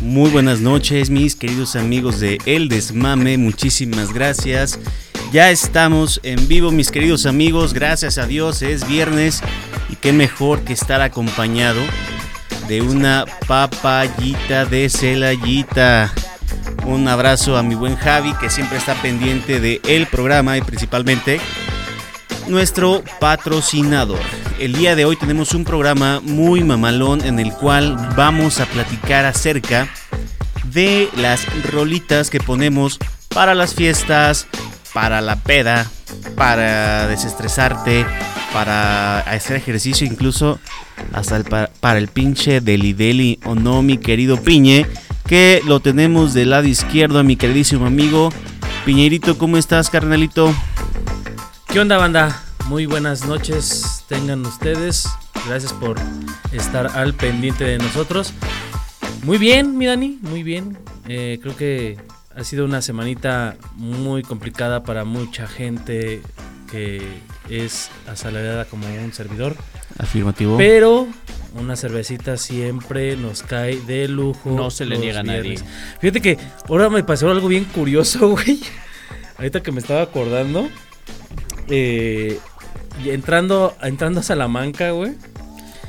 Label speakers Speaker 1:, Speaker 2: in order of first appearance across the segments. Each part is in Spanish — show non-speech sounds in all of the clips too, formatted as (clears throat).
Speaker 1: Muy buenas noches, mis queridos amigos de El Desmame. Muchísimas gracias. Ya estamos en vivo, mis queridos amigos. Gracias a Dios, es viernes. Y qué mejor que estar acompañado de una papayita de celayita. Un abrazo a mi buen Javi, que siempre está pendiente de el programa y principalmente nuestro patrocinador. El día de hoy tenemos un programa muy mamalón en el cual vamos a platicar acerca de las rolitas que ponemos para las fiestas, para la peda, para desestresarte, para hacer ejercicio, incluso hasta el pa- para el pinche Deli Deli o no, mi querido Piñe, que lo tenemos del lado izquierdo a mi queridísimo amigo. Piñerito, ¿cómo estás, carnalito?
Speaker 2: ¿Qué onda, banda? Muy buenas noches tengan ustedes. Gracias por estar al pendiente de nosotros. Muy bien, mi Dani, muy bien. Eh, creo que ha sido una semanita muy complicada para mucha gente que es asalariada como un servidor.
Speaker 1: Afirmativo.
Speaker 2: Pero una cervecita siempre nos cae de lujo.
Speaker 3: No se le
Speaker 2: los
Speaker 3: niega a nadie.
Speaker 2: viernes. Fíjate que ahora me pasó algo bien curioso, (laughs) güey. Ahorita que me estaba acordando. eh, y entrando, entrando a Salamanca, güey.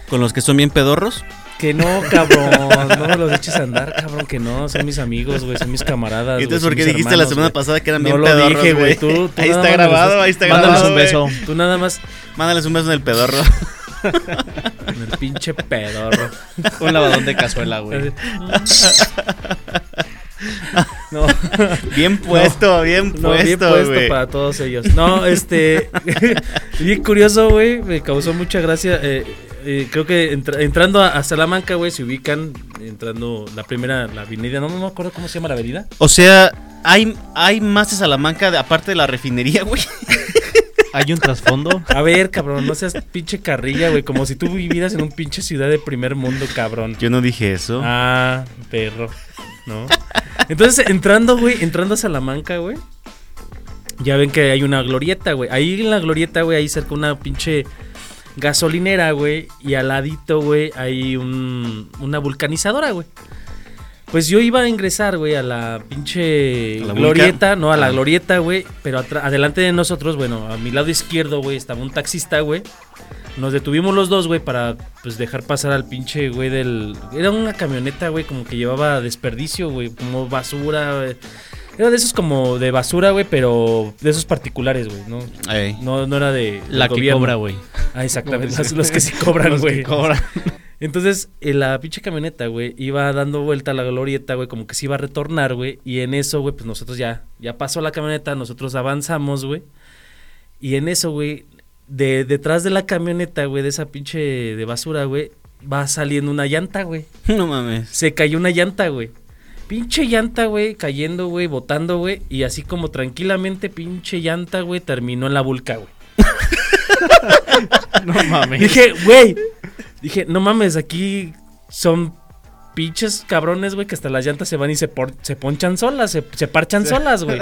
Speaker 1: Con los que son bien pedorros.
Speaker 2: Que no, cabrón. no me los eches a andar, cabrón. Que no. Son mis amigos, güey. Son mis camaradas. güey,
Speaker 1: Entonces,
Speaker 2: son
Speaker 1: ¿por qué
Speaker 2: mis
Speaker 1: dijiste la
Speaker 2: hermanos,
Speaker 1: semana
Speaker 2: güey.
Speaker 1: pasada que eran
Speaker 2: No
Speaker 1: bien
Speaker 2: lo
Speaker 1: pedorros,
Speaker 2: dije,
Speaker 1: güey?
Speaker 2: güey, tú- tú
Speaker 1: ahí está
Speaker 2: nada más
Speaker 1: grabado,
Speaker 2: los-
Speaker 1: ahí está grabado.
Speaker 3: Mándales un
Speaker 1: güey.
Speaker 3: beso.
Speaker 2: Tú nada más.
Speaker 1: Mándales un beso en el
Speaker 2: (laughs)
Speaker 1: pedorro.
Speaker 2: con El pinche pedorro.
Speaker 3: (laughs) Un lavadón de cazuela, güey. (laughs)
Speaker 2: No.
Speaker 1: Bien puesto, bien
Speaker 2: No, bien
Speaker 1: puesto,
Speaker 2: puesto
Speaker 1: güey.
Speaker 2: para todos ellos. No, este. (laughs) bien curioso, güey. Me causó mucha gracia. eh, eh, creo que entra- entrando a, a Salamanca, güey, se ubican. Entrando la primera, la avenida. No, no me acuerdo cómo se llama la avenida.
Speaker 1: O sea, hay, hay más de Salamanca de- aparte de la refinería, (laughs) güey.
Speaker 3: Hay un trasfondo.
Speaker 2: A ver, cabrón, no seas pinche carrilla, güey. Como si tú vivieras en un pinche ciudad de primer mundo, cabrón.
Speaker 1: Yo no dije eso.
Speaker 2: Ah, perro. ¿No? Entonces, entrando, güey, entrando a Salamanca, güey. Ya ven que hay una glorieta, güey. Ahí en la glorieta, güey, ahí cerca una pinche gasolinera, güey. Y al ladito, güey, hay un, una vulcanizadora, güey. Pues yo iba a ingresar, güey, a la pinche
Speaker 1: ¿A la
Speaker 2: glorieta, no, a la
Speaker 1: Ah.
Speaker 2: glorieta, güey. Pero atra- adelante de nosotros, bueno, a mi lado izquierdo, güey, estaba un taxista, güey. Nos detuvimos los dos, güey, para pues dejar pasar al pinche güey del. Era una camioneta, güey, como que llevaba desperdicio, güey, como basura. güey. Era de esos como de basura, güey, pero de esos particulares, güey, ¿no?
Speaker 1: Ey.
Speaker 2: No, no era de. del
Speaker 3: La que
Speaker 2: gobierno.
Speaker 3: cobra, güey.
Speaker 2: Ah, exactamente.
Speaker 3: Los-
Speaker 2: Los, los que sí cobran,
Speaker 3: (laughs) Los
Speaker 2: güey.
Speaker 3: que cobran.
Speaker 2: (laughs) Entonces, eh, la pinche camioneta, güey, iba dando vuelta a la glorieta, güey, como que se iba a retornar, güey. Y en eso, güey, pues nosotros ya, ya pasó la camioneta, nosotros avanzamos, güey. Y en eso, güey, de, detrás de la camioneta, güey, de esa pinche de basura, güey, va saliendo una llanta, güey.
Speaker 1: No mames.
Speaker 2: Se cayó una llanta, güey. Pinche llanta, güey, cayendo, güey, botando, güey. Y así como tranquilamente, pinche llanta, güey, terminó en la vulca, güey.
Speaker 3: No mames.
Speaker 2: Dije, güey. Dije, no mames, aquí son pinches cabrones, güey, que hasta las llantas se van y se, por- se ponchan solas, se, se parchan solas, güey.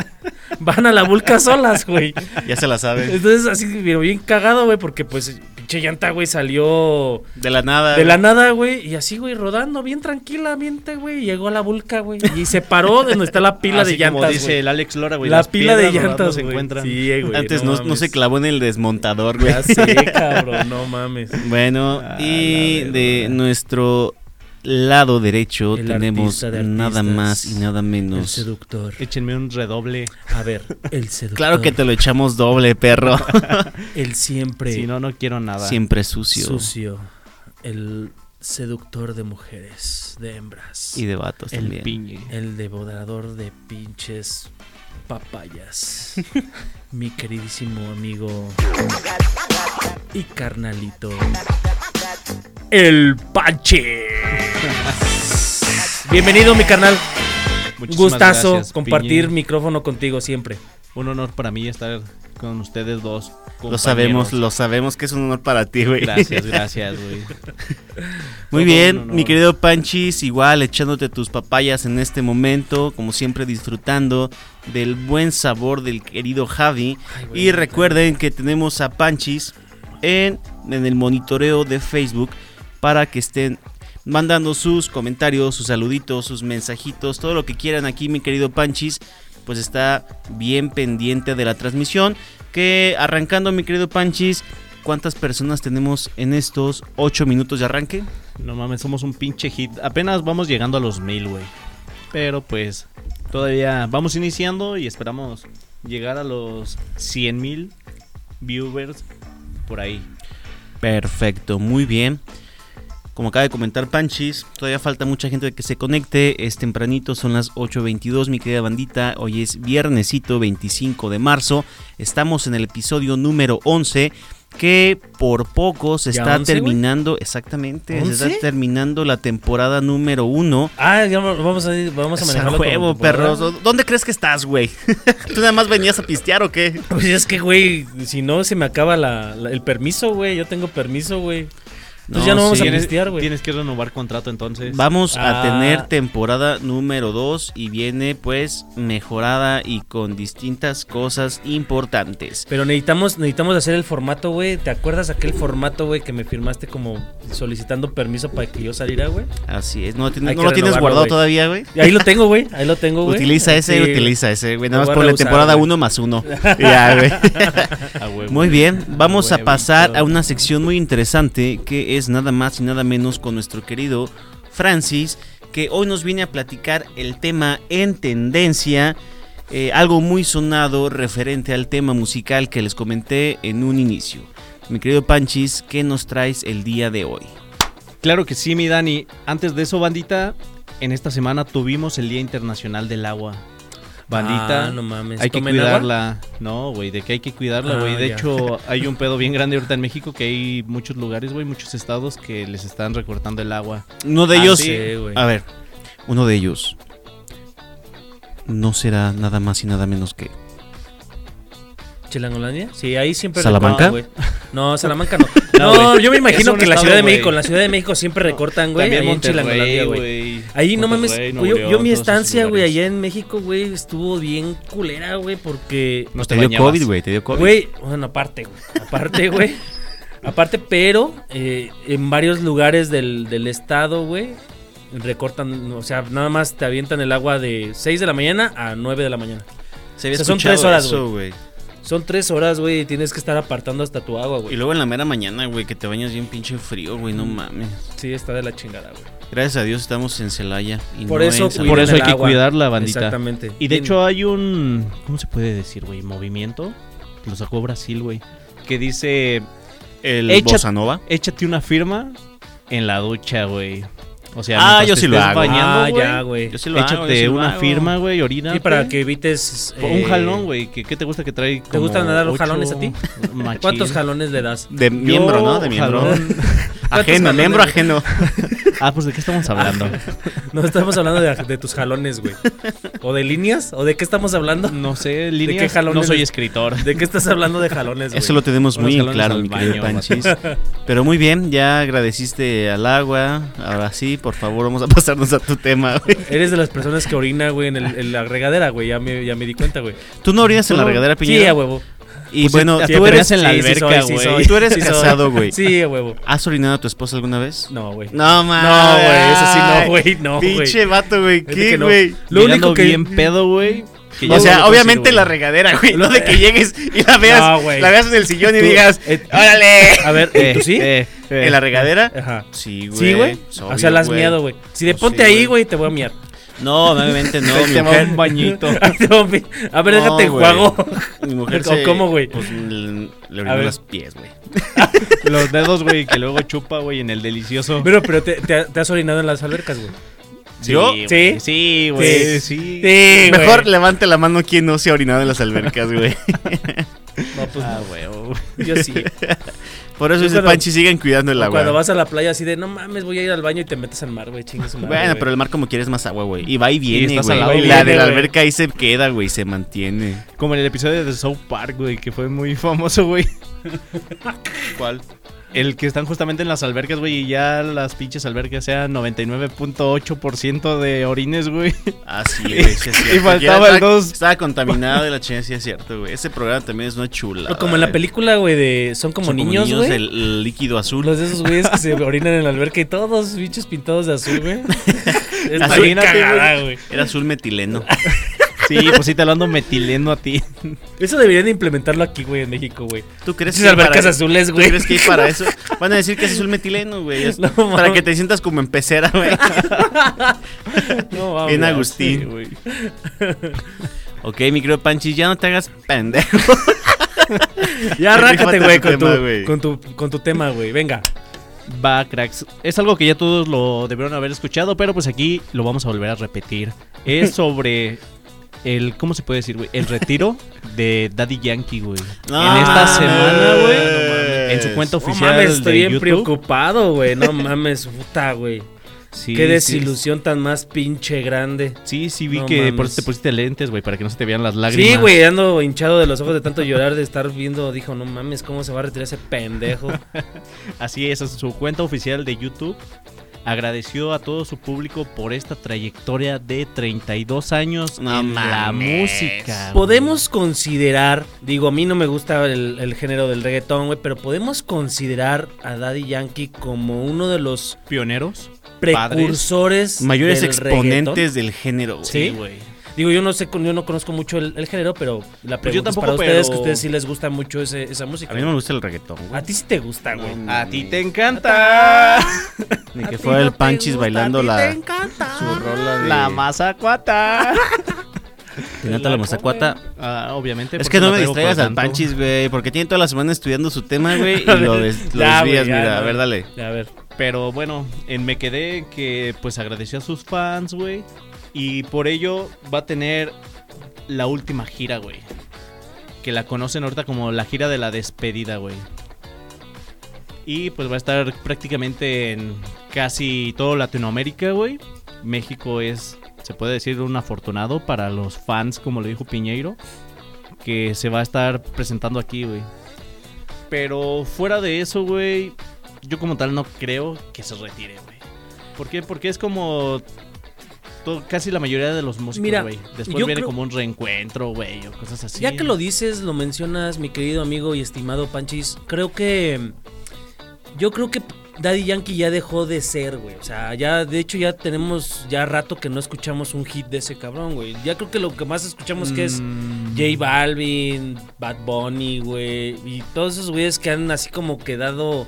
Speaker 2: Van a la vulca solas, güey.
Speaker 1: Ya se la saben.
Speaker 2: Entonces, así, pero bien cagado, güey, porque pues pinche llanta, güey, salió
Speaker 1: De la nada.
Speaker 2: de la nada, güey, y así, güey, rodando, bien tranquilamente, güey, llegó a la vulca, güey, y se paró de donde está la pila
Speaker 3: Así
Speaker 2: de llantas,
Speaker 3: Como dice
Speaker 2: güey.
Speaker 3: el Alex Lora, güey.
Speaker 2: La
Speaker 3: las
Speaker 2: pila de
Speaker 3: piedras rodando
Speaker 2: llantas,
Speaker 3: se
Speaker 2: güey.
Speaker 3: encuentran.
Speaker 2: Sí, güey,
Speaker 1: Antes no, no
Speaker 2: mames.
Speaker 1: se clavó en el desmontador, güey.
Speaker 2: Ya sé,
Speaker 3: (laughs)
Speaker 2: cabrón, no mames. (laughs)
Speaker 1: Bueno,
Speaker 3: Ah,
Speaker 1: y
Speaker 3: la
Speaker 1: de
Speaker 3: verdad.
Speaker 1: nuestro lado derecho
Speaker 2: El
Speaker 1: tenemos
Speaker 2: artista de
Speaker 1: nada
Speaker 2: artistas.
Speaker 1: más y nada
Speaker 2: El
Speaker 1: menos.
Speaker 2: seductor.
Speaker 3: Échenme un redoble.
Speaker 2: A ver, el seductor.
Speaker 1: Claro que te lo echamos doble,
Speaker 2: (laughs)
Speaker 1: perro.
Speaker 2: Ah, El siempre
Speaker 3: Si no, no quiero nada.
Speaker 1: Siempre sucio.
Speaker 2: sucio. El seductor de mujeres, de hembras.
Speaker 1: Y de vatos
Speaker 3: El
Speaker 1: también.
Speaker 3: piñe.
Speaker 2: El devorador de pinches papayas. Mi queridísimo amigo y carnalito. El Panche. Bienvenido, mi carnal. Un
Speaker 3: Muchísimas
Speaker 2: gustazo
Speaker 3: gracias,
Speaker 2: compartir
Speaker 3: Piñe.
Speaker 2: micrófono contigo siempre.
Speaker 3: Un honor para mí estar con ustedes dos.
Speaker 1: Lo sabemos,
Speaker 3: compañeros.
Speaker 1: lo sabemos que es un honor para ti, güey. (laughs)
Speaker 3: Gracias, gracias, güey.
Speaker 1: Muy
Speaker 3: Todo
Speaker 1: bien,
Speaker 3: un honor.
Speaker 1: mi querido Panchis, igual echándote tus papayas en este momento, como siempre disfrutando del buen sabor del querido Javi. Y recuerden que tenemos a Panchis en, en el monitoreo de Facebook para que estén mandando sus comentarios, sus saluditos, sus mensajitos, todo lo que quieran aquí, mi querido Panchis, pues está bien pendiente de la transmisión. Que arrancando, mi querido Panchis, ¿cuántas personas tenemos en estos 8 minutos de arranque?
Speaker 3: No mames, somos un pinche hit. Apenas vamos llegando a los mil, güey. Pero pues todavía vamos iniciando y esperamos llegar a los 100 mil viewers por ahí.
Speaker 1: Perfecto, muy bien. Como acaba de comentar Panchis, todavía falta mucha gente que se conecte. Es tempranito, son las 8.22, mi querida bandita. Hoy es viernesito 25 de marzo. Estamos en el episodio número 11, que por poco se
Speaker 2: ¿Ya
Speaker 1: está
Speaker 2: 11, güey?
Speaker 1: terminando, exactamente, se está
Speaker 2: ¿11?
Speaker 1: terminando la temporada número 1.
Speaker 2: Ah, ya va- vamos a, ir- vamos a
Speaker 1: Es
Speaker 2: manejarlo.
Speaker 1: a
Speaker 2: como
Speaker 1: huevo,
Speaker 2: temporada.
Speaker 1: perros. ¿Dónde crees que estás, güey? (laughs) ¿Tú nada más venías a pistear o qué?
Speaker 2: Pues es que, güey, si no se me acaba la- la- el permiso, güey. Yo tengo permiso, güey. Entonces ya no vamos
Speaker 1: sí.
Speaker 2: a Tienes- pistear, güey.
Speaker 3: Tienes que renovar contrato entonces.
Speaker 1: Vamos a
Speaker 2: Ah.
Speaker 1: tener temporada número 2 y viene pues mejorada y con distintas cosas importantes.
Speaker 2: Pero necesitamos, necesitamos hacer el formato, güey. ¿Te acuerdas aquel formato, güey, que me firmaste como solicitando permiso para que yo saliera, güey?
Speaker 1: Así es, no, lo tienes-
Speaker 2: Hay
Speaker 1: no
Speaker 2: que
Speaker 1: lo tienes
Speaker 2: renovarlo,
Speaker 1: guardado
Speaker 2: güey.
Speaker 1: todavía, güey.
Speaker 2: Y Ahí lo tengo, güey. Ahí lo tengo, güey.
Speaker 1: Utiliza ese,
Speaker 2: Sí.
Speaker 1: utiliza ese, güey. Nada más
Speaker 2: Lo voy a
Speaker 1: ponle
Speaker 2: rehusar,
Speaker 1: temporada
Speaker 2: güey.
Speaker 1: 1 más
Speaker 2: (laughs)
Speaker 1: 1. Ya, güey.
Speaker 3: A huevo.
Speaker 1: Muy bien, vamos a
Speaker 3: Huevito.
Speaker 1: pasar a una sección muy interesante que es nada más y nada menos con nuestro querido Francis, que hoy nos viene a platicar el tema en tendencia, eh, algo muy sonado referente al tema musical que les comenté en un inicio. Mi querido Panchis, ¿qué nos traes el día de hoy?
Speaker 3: Claro que sí, mi Dani. Antes de eso, bandita, en esta semana tuvimos el Día Internacional del Agua. Bandita,
Speaker 2: Ah, no mames.
Speaker 3: hay que
Speaker 2: ¿Tomen agua?
Speaker 3: cuidarla. No, güey, de que hay que cuidarla,
Speaker 2: Ah,
Speaker 3: güey. de
Speaker 2: ya. (laughs)
Speaker 3: hecho, hay un pedo bien grande ahorita en México que hay muchos lugares, güey, muchos estados que les están recortando el agua.
Speaker 1: Uno de
Speaker 3: Ah,
Speaker 1: ellos,
Speaker 3: sí.
Speaker 2: Sí, güey.
Speaker 1: a ver, uno de ellos no será nada más y nada menos que
Speaker 2: ¿Chilangolandia? Sí, ahí siempre.
Speaker 1: ¿Salamanca?
Speaker 2: recortan, güey. No, Salamanca
Speaker 3: (laughs)
Speaker 2: no.
Speaker 3: No,
Speaker 2: No,
Speaker 3: güey.
Speaker 2: yo me imagino
Speaker 3: Es un
Speaker 2: que la
Speaker 3: estado,
Speaker 2: Ciudad de
Speaker 3: güey.
Speaker 2: México, en la Ciudad de México siempre recortan, güey.
Speaker 3: También
Speaker 2: Ahí en
Speaker 3: Monterrey,
Speaker 2: Chilangolandia, güey.
Speaker 3: güey.
Speaker 2: Ahí no mames,
Speaker 3: Monterrey,
Speaker 2: güey,
Speaker 3: Nuevo
Speaker 2: yo,
Speaker 3: León,
Speaker 2: yo mi
Speaker 3: todos esos
Speaker 2: estancia, güey,
Speaker 3: lugares.
Speaker 2: allá en México, güey, estuvo bien culera, güey, porque...
Speaker 3: No
Speaker 1: te,
Speaker 3: te,
Speaker 1: dio
Speaker 3: bañabas.
Speaker 1: COVID, güey, te dio COVID.
Speaker 2: Güey, bueno, aparte, güey, aparte, güey. Aparte, pero eh, en varios lugares del, del estado, güey, recortan, o sea, nada más te avientan el agua de 6 de la mañana a 9 de la mañana.
Speaker 1: Se había
Speaker 2: o sea, son
Speaker 1: escuchado
Speaker 2: tres horas,
Speaker 1: eso, güey.
Speaker 2: Son 3 horas, güey, y tienes que estar apartando hasta tu agua,
Speaker 1: Y
Speaker 2: güey.
Speaker 1: luego en la mera mañana, güey, que te bañas bien pinche frío, güey, no mames.
Speaker 2: Sí, está de la chingada, güey.
Speaker 1: Gracias a Dios estamos en Celaya. y
Speaker 2: Por
Speaker 1: no
Speaker 2: eso
Speaker 1: en San-
Speaker 2: cuiden
Speaker 3: Por eso hay
Speaker 2: el
Speaker 3: que
Speaker 2: agua.
Speaker 3: cuidarla, bandita.
Speaker 2: Exactamente. Ah,
Speaker 3: Y de hecho hay un... ¿Cómo se puede decir, güey? Movimiento. Lo sacó Brasil, güey. Que dice...
Speaker 1: el
Speaker 3: Echa-
Speaker 1: Bossa Nova.
Speaker 3: échate una firma en la ducha, güey. O sea,
Speaker 1: Ah,
Speaker 3: mientras
Speaker 1: yo
Speaker 3: te
Speaker 1: sí lo
Speaker 3: estés
Speaker 1: hago.
Speaker 3: bañando,
Speaker 2: Ah,
Speaker 3: güey,
Speaker 2: ya, güey.
Speaker 1: Yo sí lo hago, yo sí
Speaker 3: Échate
Speaker 1: lo
Speaker 3: una
Speaker 1: hago.
Speaker 3: firma, güey, orina.
Speaker 2: Sí, para que evites... eh,
Speaker 3: Un jalón, güey. ¿Qué, qué te gusta que trae? como
Speaker 2: gustan nadar los
Speaker 3: ocho
Speaker 2: jalones a ti?
Speaker 3: machín?
Speaker 2: ¿Cuántos jalones le das?
Speaker 1: De miembro, ¿no? De miembro.
Speaker 2: (laughs)
Speaker 3: jalón.
Speaker 1: Ajeno,
Speaker 2: jalones?
Speaker 1: miembro ajeno.
Speaker 3: Ah, pues de qué
Speaker 2: (laughs)
Speaker 3: estamos hablando.
Speaker 2: Ah, No estamos hablando de, de tus jalones,
Speaker 3: (laughs)
Speaker 2: güey. ¿O de líneas? ¿O de qué estamos hablando?
Speaker 3: No sé, líneas.
Speaker 2: qué jalones
Speaker 3: no soy
Speaker 2: es?
Speaker 3: escritor.
Speaker 2: ¿De qué estás hablando de jalones, güey?
Speaker 1: Eso lo tenemos
Speaker 3: Unos
Speaker 1: muy en
Speaker 3: jalones
Speaker 1: claro,
Speaker 3: al
Speaker 1: mi querido
Speaker 3: baño,
Speaker 2: (laughs)
Speaker 1: Panchis. Pero muy bien, ya agradeciste al agua. Ahora sí, por favor, vamos a pasarnos a tu tema, güey.
Speaker 2: Eres de las personas que orina, güey, en, el- en la regadera, güey. Ya me, ya me di cuenta, güey.
Speaker 1: Tú no orinas en la
Speaker 2: Tú-
Speaker 1: regadera,
Speaker 2: Sí,
Speaker 1: Piñera.
Speaker 2: a huevo.
Speaker 1: y bueno,
Speaker 3: hasta
Speaker 1: tú
Speaker 3: te
Speaker 1: eres,
Speaker 3: en la
Speaker 2: Sí, sí soy,
Speaker 3: alberca,
Speaker 2: sí
Speaker 3: güey.
Speaker 2: soy.
Speaker 1: tú eres
Speaker 2: Sí soy.
Speaker 1: casado, güey.
Speaker 2: Sí, a huevo.
Speaker 1: ¿Has orinado a tu esposa alguna vez?
Speaker 2: No, güey.
Speaker 1: No,
Speaker 2: No,
Speaker 1: mames.
Speaker 2: güey, eso sí no, güey, no, güey.
Speaker 1: Pinche vato, güey.
Speaker 2: Fíjate
Speaker 1: ¿Qué,
Speaker 2: que no.
Speaker 1: güey?
Speaker 2: Lo
Speaker 3: Llegando
Speaker 2: único que...
Speaker 3: bien pedo, güey. que ya
Speaker 1: O
Speaker 3: no
Speaker 1: sea,
Speaker 3: lo
Speaker 1: obviamente
Speaker 3: consigo,
Speaker 1: la
Speaker 3: güey.
Speaker 1: regadera, güey. Eh. No de que llegues y la veas,
Speaker 2: No, güey.
Speaker 1: la veas en el sillón y
Speaker 2: Tú-
Speaker 1: digas,
Speaker 2: eh,
Speaker 1: ¡órale!
Speaker 2: A ver,
Speaker 3: Eh,
Speaker 2: ¿tú sí?
Speaker 3: eh, eh.
Speaker 1: ¿En la regadera?
Speaker 2: Ajá.
Speaker 1: Sí, güey.
Speaker 2: ¿Sí, güey?
Speaker 1: Es
Speaker 2: O
Speaker 1: obvio,
Speaker 2: sea, la has miado, güey. Si de
Speaker 1: Pues
Speaker 2: ponte
Speaker 1: sí,
Speaker 2: ahí,
Speaker 1: güey.
Speaker 2: güey, te voy a miar.
Speaker 1: No, obviamente (laughs) no.
Speaker 3: Ahí
Speaker 1: mi
Speaker 3: te va
Speaker 1: mujer-
Speaker 2: (laughs)
Speaker 3: un bañito.
Speaker 2: Ay, te voy a mi- A ver,
Speaker 1: No,
Speaker 2: déjate en
Speaker 1: güey.
Speaker 2: (laughs) juego.
Speaker 1: Mi mujer
Speaker 2: ¿O
Speaker 1: se-
Speaker 2: cómo, güey?
Speaker 1: Pues le le
Speaker 2: A
Speaker 1: orinó
Speaker 2: ver.
Speaker 1: los pies, güey.
Speaker 3: Los dedos, güey, que luego chupa, güey, en el delicioso.
Speaker 2: Pero, pero te, te- te has orinado en las albercas, güey.
Speaker 1: ¿Yo?
Speaker 3: güey,
Speaker 2: ¿Sí?
Speaker 3: Sí, güey.
Speaker 2: Sí.
Speaker 3: Sí.
Speaker 2: Sí,
Speaker 1: Mejor levante la mano quien no se ha orinado en las albercas, (laughs) güey.
Speaker 2: No, pues
Speaker 3: Ah,
Speaker 2: no.
Speaker 3: güey.
Speaker 1: oh,
Speaker 2: Yo sí.
Speaker 1: Por eso
Speaker 2: Yo
Speaker 1: dice
Speaker 2: cuando-
Speaker 1: Panchi, sigan cuidando el
Speaker 2: O cuando
Speaker 1: agua.
Speaker 2: vas a la playa así de, no mames, voy a ir al baño y te metes al mar, güey, chingue su madre.
Speaker 1: Bueno,
Speaker 2: güey.
Speaker 1: pero el mar como quieres más agua, güey. Y va y viene,
Speaker 3: está
Speaker 1: güey.
Speaker 3: salado,
Speaker 1: Y
Speaker 3: güey.
Speaker 1: la de la
Speaker 2: Viene, güey.
Speaker 1: alberca ahí se queda, güey. Se mantiene.
Speaker 3: Como en el episodio de South Park, güey, que fue muy famoso, güey.
Speaker 1: ¿Cuál?
Speaker 3: El que están justamente en las albercas, güey, y ya las pinches albercas sean 99.8% de orines, güey. (laughs)
Speaker 1: Así, güey, Ah, sí es cierto.
Speaker 3: Y faltaba
Speaker 1: Ya
Speaker 3: el
Speaker 1: estaba,
Speaker 3: dos.
Speaker 1: Estaba contaminado de la chingada, sí es cierto, güey. Ese programa también es una chula.
Speaker 2: O como en la película, güey, de son como niños, güey.
Speaker 1: el, el líquido azul.
Speaker 2: Los de esos güeyes que se orinan en la alberca y todos bichos pintados de azul, güey. Es
Speaker 1: Azul
Speaker 2: bien
Speaker 1: cagada,
Speaker 2: cagada, güey.
Speaker 1: Era azul metileno.
Speaker 3: Sí, pues sí te lo ando metileno a ti.
Speaker 2: Eso deberían de implementarlo aquí, güey, en México, güey. (laughs)
Speaker 1: ¿Tú crees
Speaker 2: Esas
Speaker 1: hay
Speaker 2: albercas azules,
Speaker 1: ¿tú
Speaker 2: güey.
Speaker 1: crees que hay para
Speaker 2: (laughs)
Speaker 1: eso? Van a decir que es azul metileno, güey. Es-
Speaker 2: No,
Speaker 1: para
Speaker 2: mames.
Speaker 1: que te sientas como en pecera,
Speaker 2: (laughs)
Speaker 1: güey.
Speaker 2: No, vamos.
Speaker 1: Bien Agustín.
Speaker 2: sí, güey.
Speaker 1: ok, mi querido Panchis, ya no te hagas pendejo.
Speaker 2: Ya
Speaker 1: Rífate
Speaker 2: arráncate, güey,
Speaker 1: tu
Speaker 2: con,
Speaker 1: tema,
Speaker 2: tu-
Speaker 1: güey.
Speaker 2: con, tu, con tu tema, güey. Venga.
Speaker 3: Va, cracks. Es algo que ya todos lo debieron haber escuchado, pero pues aquí lo vamos a volver a repetir.
Speaker 2: (laughs)
Speaker 3: Es sobre el, ¿cómo se puede decir, güey? El retiro de Daddy Yankee, güey.
Speaker 1: Ah, No
Speaker 3: en esta
Speaker 1: mames.
Speaker 3: semana, güey.
Speaker 1: No mames.
Speaker 3: En su cuenta
Speaker 2: No
Speaker 3: oficial
Speaker 2: mames, estoy
Speaker 3: de
Speaker 2: bien
Speaker 3: YouTube.
Speaker 2: preocupado, güey. No mames, puta, güey.
Speaker 3: Sí,
Speaker 2: Qué
Speaker 3: sí,
Speaker 2: desilusión tan más pinche grande.
Speaker 3: Sí, sí, vi
Speaker 2: No
Speaker 3: que por
Speaker 2: mames.
Speaker 3: eso te pusiste lentes, güey, para que no se te vean las lágrimas.
Speaker 2: Sí, güey, ando hinchado de los ojos de tanto llorar, de estar viendo. Dijo, no mames, ¿cómo se va a retirar ese
Speaker 1: (laughs)
Speaker 2: pendejo?
Speaker 3: Así es, en su cuenta oficial de YouTube agradeció a todo su público por esta trayectoria de 32 años
Speaker 1: No
Speaker 3: en la
Speaker 1: mames.
Speaker 3: música. güey.
Speaker 2: Podemos considerar, digo, a mí no me gusta el, el género del reggaetón, güey, pero podemos considerar a Daddy Yankee como uno de los
Speaker 3: pioneros.
Speaker 2: precursores.
Speaker 1: Mayores
Speaker 2: del
Speaker 1: exponentes
Speaker 2: reggaetón.
Speaker 1: del género, güey.
Speaker 2: Sí,
Speaker 3: güey.
Speaker 2: Digo, yo no sé, yo no conozco mucho el, el género, pero la pregunta
Speaker 3: Pues yo
Speaker 2: es
Speaker 3: tampoco,
Speaker 2: para ustedes,
Speaker 3: pero-
Speaker 2: que a ustedes sí les gusta mucho ese- esa música.
Speaker 1: A mí no me gusta el reggaetón, güey.
Speaker 2: A ti sí te gusta, güey.
Speaker 1: No,
Speaker 3: A ti te encanta
Speaker 1: Ni que fuera el Panchis bailando la. Su rola de.
Speaker 3: la
Speaker 1: (laughs)
Speaker 3: mazacuata.
Speaker 1: Renata la mazacuata.
Speaker 3: Ah, obviamente.
Speaker 1: Es
Speaker 3: porque
Speaker 1: que no
Speaker 3: la
Speaker 1: me
Speaker 3: traigo
Speaker 1: distraigas
Speaker 3: cada
Speaker 1: al
Speaker 3: tanto.
Speaker 1: Panchis, güey, porque tiene toda la semana estudiando su
Speaker 2: (laughs)
Speaker 1: tema, güey, y lo, des- lo
Speaker 2: Ya, güey,
Speaker 1: desvías,
Speaker 2: ya,
Speaker 1: mira,
Speaker 2: no.
Speaker 1: a ver, dale.
Speaker 2: A ver.
Speaker 3: Pero bueno, en me quedé que pues agradeció a sus fans, güey. Y por ello va a tener la última gira, güey. Que la conocen ahorita como la gira de la despedida, güey. Y pues va a estar prácticamente en casi todo Latinoamérica, güey. México es, se puede decir, un afortunado para los fans, como lo dijo Piñeiro, que se va a estar presentando aquí, güey. Pero fuera de eso, güey, yo como tal no creo que se retire, güey. ¿Por qué? Porque es como to- casi la mayoría de los músicos,
Speaker 2: Mira,
Speaker 3: güey. Después
Speaker 2: yo
Speaker 3: viene
Speaker 2: creo-
Speaker 3: como un reencuentro, güey, o cosas así.
Speaker 2: Ya que lo dices, lo mencionas, mi querido amigo y estimado Panchis, creo que. Yo creo que Daddy Yankee ya dejó de ser, güey. O sea, ya, de hecho, ya tenemos ya rato que no escuchamos un hit de ese cabrón, güey. Ya creo que lo que más escuchamos que es
Speaker 3: Mm,
Speaker 2: J Balvin, Bad Bunny, güey. Y todos esos güeyes que han así como quedado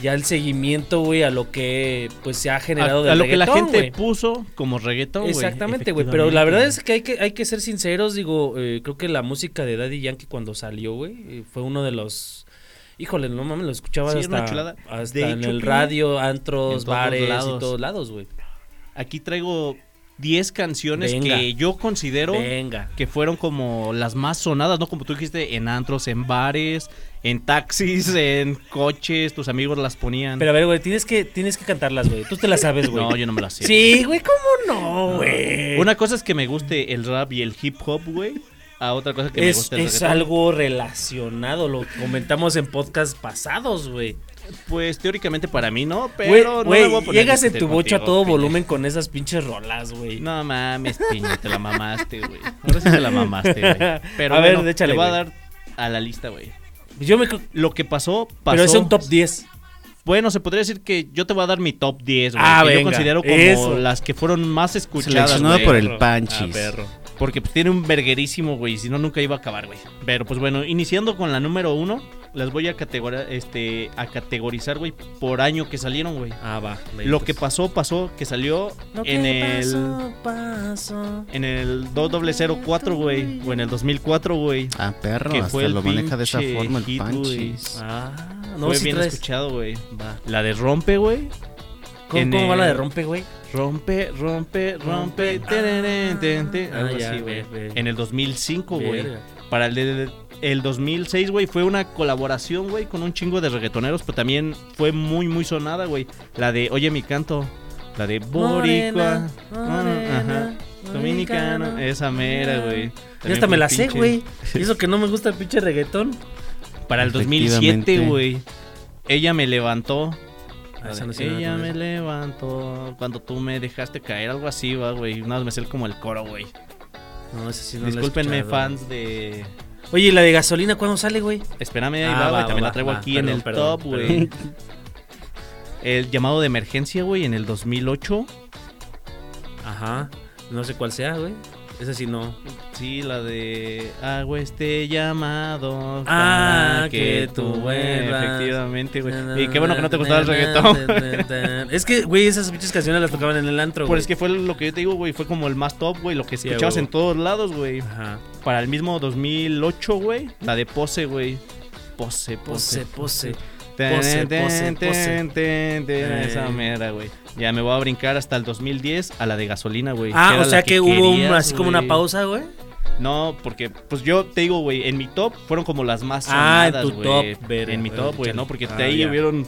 Speaker 2: ya el seguimiento, güey, a lo que pues se ha generado
Speaker 3: a,
Speaker 2: de
Speaker 3: a lo que la gente puso como reggaetón, güey.
Speaker 2: Exactamente, güey. Pero la verdad es que hay que, hay que ser sinceros. Digo, eh, creo que la música de Daddy Yankee cuando salió, güey, eh, fue uno de los. Híjole, no mames, lo escuchaba
Speaker 3: Sí, era una
Speaker 2: hasta,
Speaker 3: chulada.
Speaker 2: hasta
Speaker 3: De
Speaker 2: en
Speaker 3: hecho,
Speaker 2: el
Speaker 3: primo,
Speaker 2: radio,
Speaker 3: en
Speaker 2: antros,
Speaker 3: todos
Speaker 2: bares y
Speaker 3: lados.
Speaker 2: todos lados, güey.
Speaker 3: Aquí traigo 10 canciones
Speaker 2: Venga.
Speaker 3: que yo considero
Speaker 2: Venga.
Speaker 3: que fueron como las más sonadas, ¿no? Como tú dijiste, en antros, en bares, en taxis, en coches, tus amigos las ponían.
Speaker 2: Pero a ver, güey, tienes que, tienes que cantarlas, güey. Tú te las sabes, güey.
Speaker 3: (laughs) no, yo no me las sé.
Speaker 2: Sí, güey, ¿cómo no, güey?
Speaker 3: Una cosa es que me guste el rap y el hip hop, güey. A otra cosa que me
Speaker 2: es,
Speaker 3: guste el
Speaker 2: es
Speaker 3: reggaetón.
Speaker 2: algo relacionado, lo comentamos en podcasts pasados, güey.
Speaker 3: Pues teóricamente para mí no,
Speaker 2: Güey,
Speaker 3: pero no
Speaker 2: güey,
Speaker 3: me voy a poner este
Speaker 2: llegas en tu
Speaker 3: discutir
Speaker 2: bocho a
Speaker 3: contigo,
Speaker 2: todo
Speaker 3: Piñe.
Speaker 2: volumen con esas pinches rolas, güey.
Speaker 3: No mames, piña, te la mamaste, güey. Ahora sí te la mamaste, güey. Pero
Speaker 2: A ver,
Speaker 3: bueno,
Speaker 2: échale,
Speaker 3: te voy a
Speaker 2: güey.
Speaker 3: dar a la lista, güey.
Speaker 2: Yo me creo-
Speaker 3: Lo que pasó, pasó.
Speaker 2: Pero es un top 10.
Speaker 3: Bueno, se podría decir que yo te voy a dar mi top 10, güey.
Speaker 2: Ah,
Speaker 3: que
Speaker 2: venga,
Speaker 3: yo considero como
Speaker 2: eso.
Speaker 3: las que fueron más escuchadas,
Speaker 1: Seleccionado
Speaker 3: güey.
Speaker 1: por
Speaker 2: Ah,
Speaker 1: el Panchis.
Speaker 3: Porque pues, tiene un verguerísimo, güey. Si no, nunca iba a acabar, güey. Pero pues bueno, iniciando con la número uno, las voy a, categori- este, a categorizar, güey, por año que salieron, güey.
Speaker 2: Ah, va.
Speaker 3: Lo que pasó, pasó, que salió en el... En el 2004, güey. O en el 2004, güey.
Speaker 1: Ah, perro,
Speaker 3: Que
Speaker 1: hasta
Speaker 3: fue el
Speaker 1: lo maneja de esa
Speaker 3: pinche
Speaker 1: forma el
Speaker 3: hit,
Speaker 1: Panchis.
Speaker 2: Ah, no,
Speaker 3: Fue
Speaker 2: sí
Speaker 3: bien
Speaker 2: traes.
Speaker 3: escuchado, güey.
Speaker 2: Va.
Speaker 3: La de Rompe, güey.
Speaker 2: ¿Cómo,
Speaker 3: En
Speaker 2: cómo va la de
Speaker 3: el-
Speaker 2: rompe, güey?
Speaker 3: Rompe, rompe, rompe. tererén, ten, ten,
Speaker 2: Ah,
Speaker 3: algo
Speaker 2: ya,
Speaker 3: así, güey.
Speaker 2: ve, ve.
Speaker 3: En el 2005, güey.
Speaker 2: Verga.
Speaker 3: Para el, del- el 2006, güey, fue una colaboración, güey, con un chingo de reggaetoneros, pero también fue muy, muy sonada, güey. La de Oye mi canto, la de Boricua, Ah,
Speaker 2: Morena, morena,
Speaker 3: ajá, Dominicano, esa mera, güey.
Speaker 2: Ya
Speaker 3: También
Speaker 2: hasta me
Speaker 3: fue
Speaker 2: la sé,
Speaker 3: (laughs) pinche.
Speaker 2: güey. Y eso que no me gusta el pinche reggaetón.
Speaker 3: Para el 2007,
Speaker 1: Efectivamente.
Speaker 3: güey. Ella me levantó.
Speaker 2: Ah, esa no sé nada
Speaker 3: Ella
Speaker 2: con
Speaker 3: me
Speaker 2: eso.
Speaker 3: levantó cuando tú me dejaste caer, algo así, va, güey. Una vez me sé como el coro, güey.
Speaker 2: No, esa sí no la he
Speaker 3: Discúlpenme,
Speaker 2: escuchado.
Speaker 3: fans de.
Speaker 2: Oye, ¿y la de gasolina cuándo sale, güey?
Speaker 3: Espérame, ahí
Speaker 2: Ah,
Speaker 3: va,
Speaker 2: va,
Speaker 3: güey,
Speaker 2: va,
Speaker 3: También
Speaker 2: va,
Speaker 3: la traigo
Speaker 2: va,
Speaker 3: aquí en
Speaker 2: perdón,
Speaker 3: el
Speaker 2: perdón,
Speaker 3: top, güey. El llamado de emergencia, güey, en el 2008.
Speaker 2: Ajá. No sé cuál sea, güey. Esa sí no.
Speaker 3: Sí, la de. Hago este llamado.
Speaker 2: Ah,
Speaker 3: para
Speaker 2: que tú vuelvas.
Speaker 3: Efectivamente, güey. Y qué bueno que no te gustaba el reggaetón.
Speaker 2: Es que, güey, esas pinches canciones las tocaban en el antro,
Speaker 3: Pues
Speaker 2: güey.
Speaker 3: es que fue lo que yo te digo, güey. Fue como el más top, güey. Lo que
Speaker 2: Sí,
Speaker 3: escuchabas
Speaker 2: güey.
Speaker 3: en todos lados, güey.
Speaker 2: Ajá.
Speaker 3: Para el mismo 2008, güey. La de pose, güey. Pose,
Speaker 2: Pose,
Speaker 3: pose.
Speaker 2: pose.
Speaker 3: Ten,
Speaker 2: Pose,
Speaker 3: ten,
Speaker 2: pose,
Speaker 3: ten,
Speaker 2: pose.
Speaker 3: ten, ten,
Speaker 2: Eh.
Speaker 3: Esa mera, güey. Ya me voy a brincar hasta el 2010 a la de gasolina, güey.
Speaker 2: Ah,
Speaker 3: era
Speaker 2: o
Speaker 3: la
Speaker 2: sea que, hubo un-
Speaker 3: querías,
Speaker 2: así como una
Speaker 3: güey.
Speaker 2: pausa, güey.
Speaker 3: No, porque, pues yo te digo, güey, en mi top fueron como las más
Speaker 2: Ah, en
Speaker 3: sonadas,
Speaker 2: tu
Speaker 3: güey.
Speaker 2: top, verga,
Speaker 3: En mi
Speaker 2: verga,
Speaker 3: top, güey,
Speaker 2: chale.
Speaker 3: ¿no? Porque
Speaker 2: Ah,
Speaker 3: de ahí
Speaker 2: ya.
Speaker 3: hubieron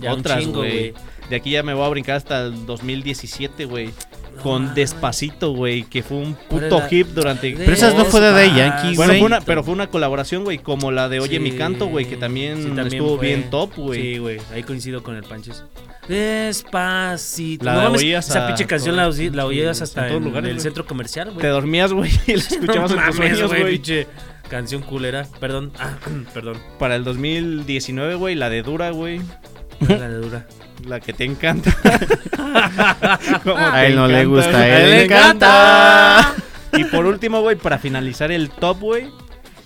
Speaker 2: Ya, un
Speaker 3: otras,
Speaker 2: chingo,
Speaker 3: güey.
Speaker 2: güey.
Speaker 3: De aquí ya me voy a brincar hasta el 2017, güey. con
Speaker 2: mames.
Speaker 3: Despacito, güey, que fue un
Speaker 2: ¿Cuál
Speaker 3: puto
Speaker 2: era?
Speaker 3: hip durante...
Speaker 1: Pero esas no fue de Daddy Yankee,
Speaker 3: Bueno,
Speaker 1: güey.
Speaker 3: fue una, pero fue una colaboración, güey, como la de Oye
Speaker 2: Sí,
Speaker 3: mi canto, güey, que también,
Speaker 2: sí,
Speaker 3: estuvo
Speaker 2: fue.
Speaker 3: bien top, güey.
Speaker 2: Sí, güey. Ahí coincido con el Panches. Despacito.
Speaker 3: La
Speaker 2: no mames,
Speaker 3: oías
Speaker 2: esa
Speaker 3: a-
Speaker 2: pinche canción la, oí- la oías
Speaker 3: Sí,
Speaker 2: hasta
Speaker 3: en
Speaker 2: en,
Speaker 3: todos lugares,
Speaker 2: el
Speaker 3: güey.
Speaker 2: centro comercial, güey. (laughs)
Speaker 3: Te dormías, güey, (laughs) y la escuchabas
Speaker 2: No
Speaker 3: en
Speaker 2: mames,
Speaker 3: tus sueños, güey.
Speaker 2: pinche Canción culera. Perdón. (clears throat) Ah, perdón.
Speaker 3: Para el 2019, güey, la de Dura, güey,
Speaker 1: (laughs)
Speaker 2: La de dura.
Speaker 3: la que
Speaker 2: (laughs)
Speaker 3: te encanta. Como
Speaker 1: A
Speaker 3: te
Speaker 1: él no le
Speaker 3: encanta,
Speaker 1: gusta, a
Speaker 3: güey.
Speaker 1: él le encanta.
Speaker 3: Y por último, güey, para finalizar el top, güey,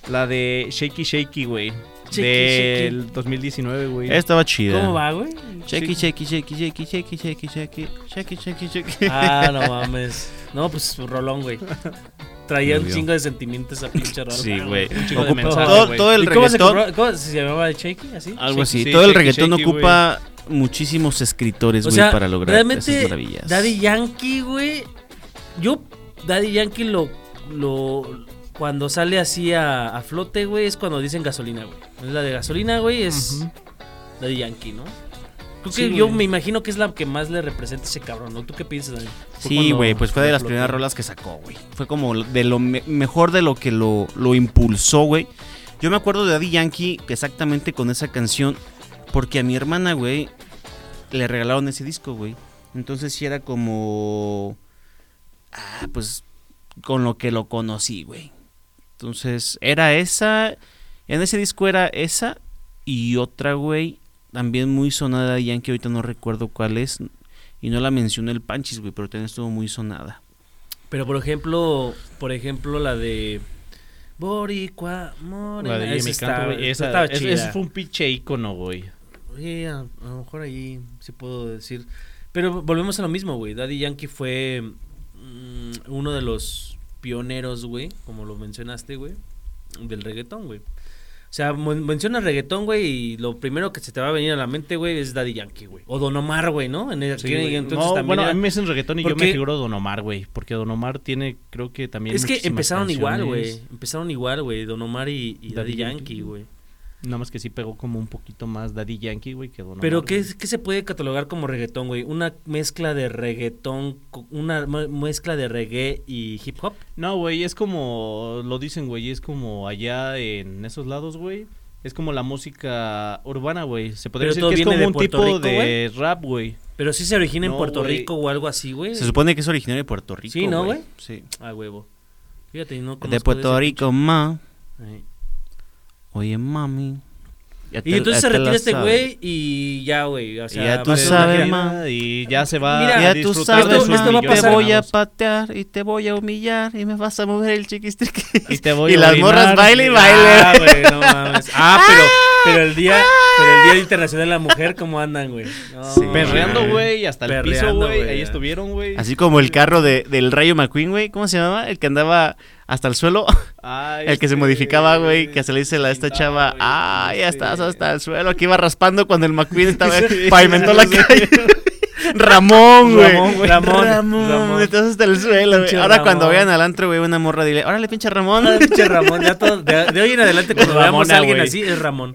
Speaker 3: la de Shaky Shaky, güey.
Speaker 2: Shaky,
Speaker 3: Del 2019, güey.
Speaker 1: Ah, Estaba chida.
Speaker 2: ¿Cómo va, güey?
Speaker 1: Chequi, chequi, chequi, chequi, chequi, chequi, chequi, chequi, chequi,
Speaker 2: (laughs)
Speaker 1: chequi.
Speaker 2: Ah, no mames. No, pues su rolón, güey. Traía
Speaker 1: Me
Speaker 2: un
Speaker 1: dio.
Speaker 2: chingo de sentimientos a pinche rola.
Speaker 1: Sí, güey.
Speaker 2: Ah, Un chingo de
Speaker 3: Ocupó
Speaker 2: mensaje.
Speaker 1: Todo,
Speaker 3: güey.
Speaker 1: todo el
Speaker 2: ¿Y cómo se,
Speaker 1: reggaetón,
Speaker 2: compró- cómo se llamaba el shaky? ¿Así?
Speaker 1: algo así,
Speaker 3: Sí,
Speaker 1: todo el
Speaker 3: shaky,
Speaker 1: reggaetón
Speaker 3: shaky,
Speaker 1: ocupa muchísimos escritores,
Speaker 2: O
Speaker 1: güey,
Speaker 2: sea,
Speaker 1: para lograr
Speaker 2: realmente,
Speaker 1: esas maravillas.
Speaker 2: Daddy Yankee, güey. Yo, Daddy Yankee lo. lo cuando sale así a, a flote, güey, es cuando dicen gasolina, güey. Es la de gasolina, güey, es
Speaker 3: Ujú.
Speaker 2: Daddy Yankee, ¿no? Creo
Speaker 3: Sí,
Speaker 2: que yo
Speaker 3: güey.
Speaker 2: me imagino que es la que más le representa a ese cabrón, ¿no? ¿Tú qué piensas, Dani? Fue
Speaker 1: Sí,
Speaker 2: cuando
Speaker 1: güey, pues fue de las
Speaker 2: explotó.
Speaker 1: primeras rolas que sacó, güey. Fue como de lo me- mejor de lo que lo, lo impulsó, güey. Yo me acuerdo de Daddy Yankee exactamente con esa canción, porque a mi hermana, güey, le regalaron ese disco, güey. Entonces sí era como... Ah, pues con lo que lo conocí, güey. Entonces era esa... En ese disco era esa y otra, güey, también muy sonada de Daddy Yankee, ahorita no recuerdo cuál es. Y no la mencionó el Panchis, güey, pero también estuvo muy sonada.
Speaker 2: Pero por ejemplo, por ejemplo, la de. Boricua, morena.
Speaker 3: La de
Speaker 2: esa
Speaker 3: Mi
Speaker 2: estaba-
Speaker 3: Canto,
Speaker 2: esa
Speaker 3: güey. Esa-
Speaker 2: estaba
Speaker 3: es-
Speaker 2: chida.
Speaker 3: Ese fue un pinche ícono, güey.
Speaker 2: Oye, a, a lo mejor ahí sí puedo decir. Pero volvemos a lo mismo, güey. Daddy Yankee fue mm, uno de los pioneros, güey, como lo mencionaste, güey, del reggaetón, güey. O sea, men- mencionas reggaetón, güey, y lo primero que se te va a venir a la mente, güey, es Daddy Yankee, güey. O Don Omar, güey, ¿no? En el,
Speaker 3: Sí,
Speaker 2: que-
Speaker 3: güey.
Speaker 2: entonces
Speaker 3: No,
Speaker 2: también
Speaker 3: bueno,
Speaker 2: era-
Speaker 3: a mí me dicen reggaetón y yo
Speaker 2: Porque-
Speaker 3: me figuro Don Omar, güey. Porque Don Omar tiene, creo que también.
Speaker 2: Es que
Speaker 3: muchísimas
Speaker 2: empezaron igual, güey.
Speaker 3: canciones.
Speaker 2: Empezaron igual, güey. Don Omar y, y Daddy
Speaker 3: Daddy
Speaker 2: Yankee,
Speaker 3: Yankee.
Speaker 2: güey.
Speaker 3: Nada más que sí pegó como un poquito más Daddy Yankee, güey, que Don
Speaker 2: Pero
Speaker 3: Omar,
Speaker 2: ¿qué,
Speaker 3: güey.
Speaker 2: es- qué se puede catalogar como reggaetón, güey? Una mezcla de reggaetón, co- una mu- mezcla de reggae y hip hop.
Speaker 3: No, güey, es como. Lo dicen, güey, es como allá en esos lados, güey. Es como la música urbana, güey. Se
Speaker 2: Pero
Speaker 3: podría decir
Speaker 2: todo
Speaker 3: que es
Speaker 2: viene
Speaker 3: como
Speaker 2: de
Speaker 3: un
Speaker 2: Puerto
Speaker 3: tipo
Speaker 2: Rico,
Speaker 3: de rap, güey.
Speaker 2: Pero sí se origina en
Speaker 3: No,
Speaker 2: Puerto
Speaker 3: güey.
Speaker 2: Rico o algo así, güey.
Speaker 1: Se supone que es originario de Puerto Rico.
Speaker 2: Eh. Sí, ¿no, güey?
Speaker 1: Sí.
Speaker 2: Ah, huevo. Fíjate, no conozco
Speaker 1: De Puerto
Speaker 2: ese-
Speaker 1: Rico, ma.
Speaker 2: Ay.
Speaker 1: Oye, mami. Ya te-
Speaker 2: Y entonces
Speaker 1: ya
Speaker 2: se
Speaker 1: te la
Speaker 2: retira este
Speaker 1: sabes.
Speaker 2: güey y ya, güey. O sea,
Speaker 1: ya tú
Speaker 2: va a ser una
Speaker 1: sabes, (laughs)
Speaker 2: gira-
Speaker 1: ma.
Speaker 3: Y ya se va
Speaker 2: Mira,
Speaker 3: a
Speaker 1: Ya tú
Speaker 3: disfrutar
Speaker 1: sabes,
Speaker 3: de sus
Speaker 2: esto- esto va a
Speaker 1: mami,
Speaker 3: millones
Speaker 1: te
Speaker 2: pasar.
Speaker 1: voy a
Speaker 3: ganados.
Speaker 1: patear y te voy a humillar y me vas a mover el chiquistriqui.
Speaker 3: Y te
Speaker 1: (laughs)
Speaker 3: voy
Speaker 1: Y
Speaker 3: a
Speaker 1: las
Speaker 3: orinar.
Speaker 1: morras bailan y
Speaker 2: Ah,
Speaker 1: bailan.
Speaker 2: güey, no mames. Ah, pero, pero el día, pero el día internacional de la mujer, ¿cómo andan, güey? No,
Speaker 1: ah. Sí.
Speaker 3: Perreando, güey, hasta el piso,
Speaker 2: Perreando,
Speaker 3: güey.
Speaker 2: güey.
Speaker 3: Ahí estuvieron, güey.
Speaker 1: Así como el carro de, del Rayo McQueen, güey. ¿Cómo se llamaba? El que andaba hasta el suelo.
Speaker 3: Ah,
Speaker 1: El que se
Speaker 3: este,
Speaker 1: modificaba, güey, que se le dice a esta chava,
Speaker 3: pintaba, güey,
Speaker 1: ah, ya
Speaker 3: este,
Speaker 2: eh,
Speaker 1: estás hasta el suelo, que iba raspando cuando el
Speaker 2: (laughs)
Speaker 1: McQueen estaba,
Speaker 3: Sí,
Speaker 1: pavimentó
Speaker 3: sí,
Speaker 1: la
Speaker 3: sí.
Speaker 1: calle. (laughs) Ramón, güey.
Speaker 2: Ramón, güey. Ramón,
Speaker 1: Ramón,
Speaker 2: Ramón.
Speaker 1: estás hasta el suelo, güey.
Speaker 2: Pinche
Speaker 1: Ahora cuando
Speaker 2: Ramón.
Speaker 1: vayan al antro, güey, una morra dile, órale, pinche
Speaker 2: (laughs)
Speaker 1: Ramón,
Speaker 2: Ah, pinche Ramón, ya todo- de, de hoy en adelante cuando
Speaker 3: Pues Ramona,
Speaker 2: veamos a alguien
Speaker 3: güey.
Speaker 2: así es Ramón.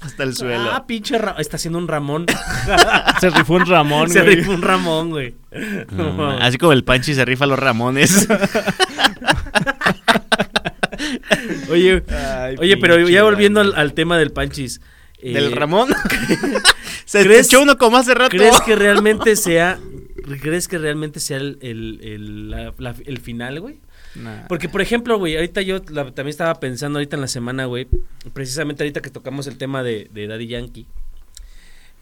Speaker 1: hasta el suelo.
Speaker 2: Ah, pinche Ramón, está haciendo
Speaker 1: (laughs)
Speaker 2: un Ramón.
Speaker 3: Se rifó un Ramón,
Speaker 2: Se
Speaker 3: güey.
Speaker 2: rifó un Ramón, güey.
Speaker 1: No, man. Mm, así como el Panchi se rifa a los
Speaker 2: (laughs)
Speaker 1: Ramones. (laughs)
Speaker 2: Oye,
Speaker 3: Ay,
Speaker 2: oye, pero
Speaker 3: pinche
Speaker 2: ya volviendo al,
Speaker 3: Ramón.
Speaker 2: al tema del Panchis. eh,
Speaker 1: ¿Del
Speaker 2: (laughs)
Speaker 1: Ramón? (laughs) Se
Speaker 2: ¿crees-
Speaker 1: escuchó uno como hace rato.
Speaker 2: ¿Crees que realmente sea, crees que realmente sea el, el- el- la- la- el final, güey?
Speaker 3: Nah.
Speaker 2: Porque, por ejemplo, güey, ahorita yo la- también estaba pensando ahorita en la semana, güey, precisamente ahorita que tocamos el tema de, de Daddy Yankee.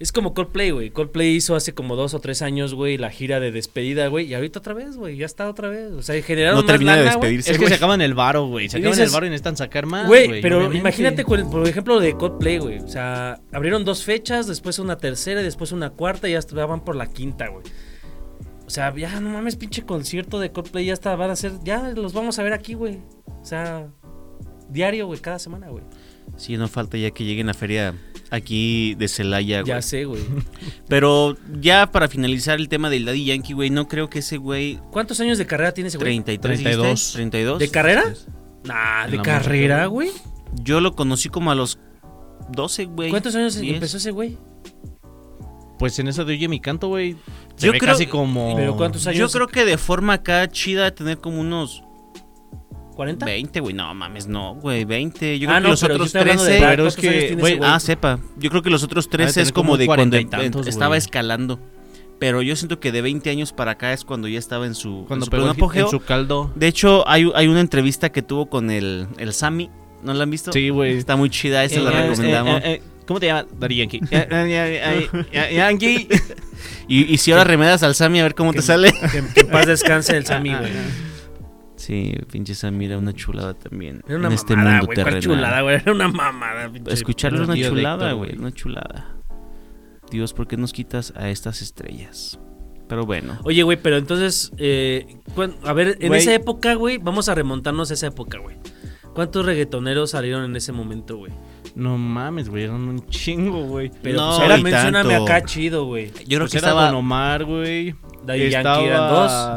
Speaker 2: Es como Coldplay, güey. Coldplay hizo hace como dos o tres años, güey, la gira de despedida, güey. Y ahorita otra vez, güey. Ya está otra vez. O sea, generaron
Speaker 1: No
Speaker 2: más
Speaker 1: termina de
Speaker 2: lana, güey.
Speaker 1: despedirse.
Speaker 3: Es que
Speaker 1: güey.
Speaker 3: se acaban el varo, güey. Se
Speaker 2: Y
Speaker 3: acaban
Speaker 2: dices,
Speaker 3: el varo y necesitan sacar más.
Speaker 2: Güey, pero
Speaker 3: obviamente.
Speaker 2: imagínate, con el- por ejemplo, de Coldplay, güey. O sea, abrieron dos fechas, después una tercera, y después una cuarta y hasta van por la quinta, güey. O sea, ya no mames, pinche concierto de Coldplay, ya hasta van a ser, ya los vamos a ver aquí, güey. O sea, diario, güey, cada semana, güey.
Speaker 1: Sí, no falta ya que lleguen a feria aquí de Celaya, güey.
Speaker 2: Ya sé, güey.
Speaker 1: Pero ya para finalizar el tema del Daddy Yankee, güey, no creo que ese güey
Speaker 2: ¿Cuántos años de carrera tiene ese güey?
Speaker 1: 33,
Speaker 3: 32.
Speaker 1: ¿dijiste? 32.
Speaker 2: ¿De carrera? Nah,
Speaker 1: En
Speaker 2: de
Speaker 1: la
Speaker 2: carrera,
Speaker 1: música.
Speaker 2: güey.
Speaker 1: Yo lo conocí como a los 12, güey.
Speaker 2: ¿Cuántos años
Speaker 1: 10.
Speaker 2: empezó ese güey?
Speaker 3: Pues en eso de Oye mi canto, güey. Se
Speaker 1: Yo
Speaker 3: ve
Speaker 1: creo-
Speaker 3: casi como.
Speaker 2: Pero ¿cuántos años?
Speaker 1: Yo creo que de forma acá chida de tener como unos
Speaker 2: ¿40?
Speaker 1: 20, güey. No mames, no, güey, 20. Yo
Speaker 2: Ah,
Speaker 1: creo
Speaker 2: no,
Speaker 1: que los
Speaker 2: pero yo
Speaker 1: otros
Speaker 2: estoy hablando de
Speaker 1: 13.
Speaker 2: edad,
Speaker 3: pero es
Speaker 2: ¿cuántos años
Speaker 3: que,
Speaker 2: tiene
Speaker 3: güey,
Speaker 2: ese
Speaker 1: ah, sepa. Yo creo que los otros
Speaker 3: Ha de
Speaker 1: 13
Speaker 3: tener
Speaker 1: es como
Speaker 3: como
Speaker 1: de cuando
Speaker 3: cuarenta y
Speaker 1: en-
Speaker 3: tantos,
Speaker 1: estaba
Speaker 3: güey.
Speaker 1: escalando. Pero yo siento que de 20 años para acá es cuando ya estaba en su, en
Speaker 3: Cuando
Speaker 1: su
Speaker 3: pegó
Speaker 1: pleno
Speaker 3: el hit
Speaker 1: apogeo.
Speaker 3: en su caldo.
Speaker 1: De hecho, hay, hay una entrevista que tuvo con el, el Sammy. ¿No la han visto?
Speaker 3: Sí, güey.
Speaker 1: Está muy chida, esa la
Speaker 3: Eh, eh,
Speaker 1: recomendamos.
Speaker 3: eh, eh, ¿Cómo te llamas? Dari Yankee. Eh, eh, eh, eh, eh,
Speaker 1: (laughs)
Speaker 3: Yankee. eh.
Speaker 1: Y, y si ahora remedas al Sammy a ver cómo
Speaker 2: Que-
Speaker 1: te
Speaker 3: (laughs)
Speaker 1: sale.
Speaker 2: Que, que en paz descanse el Sammy,
Speaker 1: (laughs)
Speaker 2: güey.
Speaker 1: Sí, pinche Sammy era una chulada también.
Speaker 2: Era una
Speaker 1: en este
Speaker 2: mamada,
Speaker 1: mundo
Speaker 2: güey. ¿Cuál
Speaker 1: terrenal.
Speaker 2: chulada, güey. Era una mamada. pinche.
Speaker 1: Escucharlo era una
Speaker 3: Tío de
Speaker 1: chulada,
Speaker 3: Héctor,
Speaker 1: güey.
Speaker 3: güey.
Speaker 1: Una chulada. Dios, ¿por qué nos quitas a estas estrellas? Pero bueno.
Speaker 2: Oye, güey, pero entonces, eh, cuán- a ver, en
Speaker 3: Güey.
Speaker 2: esa época, güey, vamos a remontarnos a esa época, güey. ¿Cuántos reggaetoneros salieron en ese momento, güey?
Speaker 3: No mames, güey. Eran un chingo, güey.
Speaker 2: Pero
Speaker 1: No,
Speaker 2: pues, ahora
Speaker 1: y
Speaker 2: mencióname
Speaker 1: tanto.
Speaker 2: acá chido, güey.
Speaker 1: Yo creo
Speaker 3: Pues
Speaker 1: que
Speaker 3: era
Speaker 1: estaba.
Speaker 3: Don Omar, güey.
Speaker 2: Daddy Yankee eran
Speaker 3: estaba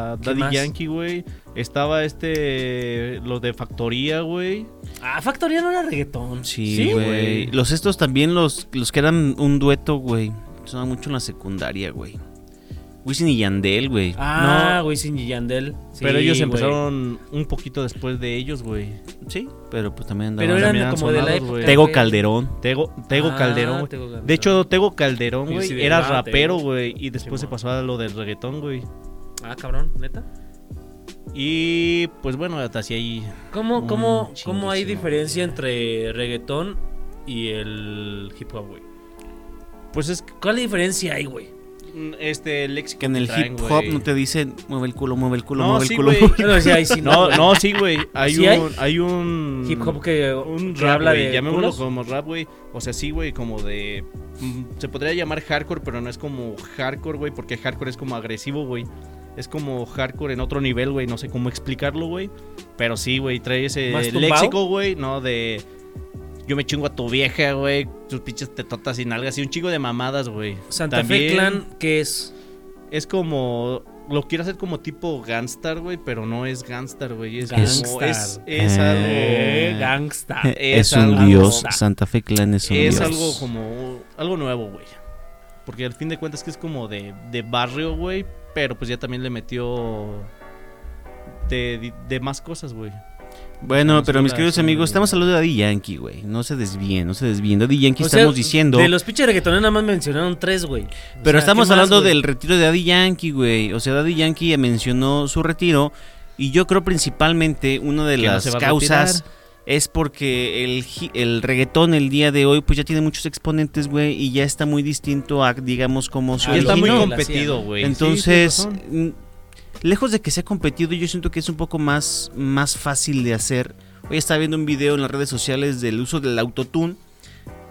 Speaker 2: dos. ¿Quién
Speaker 3: Daddy
Speaker 2: más?
Speaker 3: Yankee, güey. Estaba este. Los de Factoría, güey.
Speaker 2: Ah, Factoría no era reggaetón.
Speaker 1: Sí, güey.
Speaker 3: güey.
Speaker 1: Los estos también, los, los que eran un dueto, güey. Sonaba mucho en la secundaria, güey. Wisin y Yandel, güey.
Speaker 2: Ah, güey, sin Yandel. Sí,
Speaker 3: pero ellos
Speaker 2: güey.
Speaker 3: empezaron un poquito después de ellos, güey.
Speaker 1: Sí, pero pues también andaban.
Speaker 2: Pero eran
Speaker 3: también eran
Speaker 2: como de la
Speaker 3: sonados,
Speaker 2: época.
Speaker 3: güey.
Speaker 1: Tego
Speaker 2: güey.
Speaker 1: Calderón.
Speaker 3: Tego, Tego
Speaker 2: Ah,
Speaker 3: Calderón, güey.
Speaker 2: Tego Calderón.
Speaker 3: De hecho, Tego Calderón,
Speaker 2: Sí,
Speaker 3: güey,
Speaker 2: sí, de
Speaker 3: era
Speaker 2: verdad,
Speaker 3: rapero,
Speaker 2: Tego.
Speaker 3: güey. Y después se
Speaker 2: Simón.
Speaker 3: pasó a lo del reggaetón, güey.
Speaker 2: Ah, cabrón, neta.
Speaker 3: Y pues bueno, hasta así ahí.
Speaker 2: ¿Cómo, cómo,
Speaker 1: Mm,
Speaker 2: cómo hay
Speaker 1: chinguísimo.
Speaker 2: diferencia entre reggaetón y el hip hop, güey?
Speaker 3: Pues es que,
Speaker 2: ¿Cuál diferencia hay,
Speaker 3: (laughs)
Speaker 2: güey?
Speaker 3: mm, este el léxico
Speaker 1: Que en el
Speaker 3: traen,
Speaker 1: hip hop
Speaker 3: güey.
Speaker 1: no te dicen mueve el culo, mueve el culo,
Speaker 3: No,
Speaker 1: mueve
Speaker 3: sí,
Speaker 1: el culo.
Speaker 3: güey.
Speaker 1: (laughs) mueve el
Speaker 2: Bueno, sí, ahí sí,
Speaker 3: No,
Speaker 2: güey.
Speaker 3: no, sí, güey. Hay
Speaker 2: ¿Sí hay?
Speaker 3: un hay un
Speaker 2: Hip hop que,
Speaker 3: Mm, un
Speaker 2: que
Speaker 3: rap,
Speaker 2: habla
Speaker 3: güey,
Speaker 2: de
Speaker 3: llamémoslo
Speaker 2: culos.
Speaker 3: como rap, güey. O sea, sí, güey, como de mm, se podría llamar hardcore, pero no es como hardcore, güey, porque hardcore es como agresivo, güey. Es como hardcore en otro nivel, güey, no sé cómo explicarlo, güey. Pero sí, güey, trae
Speaker 2: ¿Más
Speaker 3: ese
Speaker 2: tumbao?
Speaker 3: léxico, güey, no de yo me chingo a tu vieja, güey, tus pinches tetotas y nalgas y un chingo de mamadas, güey.
Speaker 2: Santa
Speaker 3: También
Speaker 2: Fe Clan, ¿qué es?
Speaker 3: es como lo quiero hacer como tipo gangstar, güey, pero no es gangstar, güey, es como
Speaker 2: Gangstar.
Speaker 3: es, es
Speaker 1: Ah.
Speaker 3: algo
Speaker 2: Eh, gangsta.
Speaker 1: Es,
Speaker 3: Es
Speaker 1: un
Speaker 3: algo-
Speaker 1: dios. Santa Fe Clan es un
Speaker 3: es
Speaker 1: dios.
Speaker 3: algo como algo nuevo, güey. Porque al fin de cuentas que es como de, de barrio, güey, pero pues ya también le metió de, de- de más cosas, güey.
Speaker 1: Bueno,
Speaker 3: Vamos
Speaker 1: pero
Speaker 3: con
Speaker 1: mis
Speaker 3: la
Speaker 1: queridos amigos,
Speaker 3: siguiente.
Speaker 1: estamos hablando de Daddy Yankee, güey. No se desvíen, no se desvíen. Daddy Yankee
Speaker 2: O sea,
Speaker 1: estamos diciendo.
Speaker 2: De los pinches reggaetoneros nada más mencionaron tres, güey. O
Speaker 1: Pero
Speaker 2: sea,
Speaker 1: estamos
Speaker 2: ¿qué más,
Speaker 1: hablando
Speaker 2: güey?
Speaker 1: del retiro de Daddy Yankee, güey. O sea, Daddy Yankee mencionó su retiro. Y yo creo principalmente una de
Speaker 3: Que no
Speaker 1: las
Speaker 3: se va a
Speaker 1: causas
Speaker 3: retirar.
Speaker 1: es porque el, hi- el reggaetón el día de hoy, pues ya tiene muchos exponentes, güey. Y ya está muy distinto a, digamos, como se
Speaker 2: Ah,
Speaker 3: Ya está muy
Speaker 2: originó.
Speaker 1: originó.
Speaker 3: competido, güey.
Speaker 1: Entonces,
Speaker 3: Pues, Sí, tienes razón.
Speaker 1: mm, lejos de que sea competido, yo siento que es un poco más, más fácil de hacer. Hoy estaba viendo un video en las redes sociales del uso del autotune.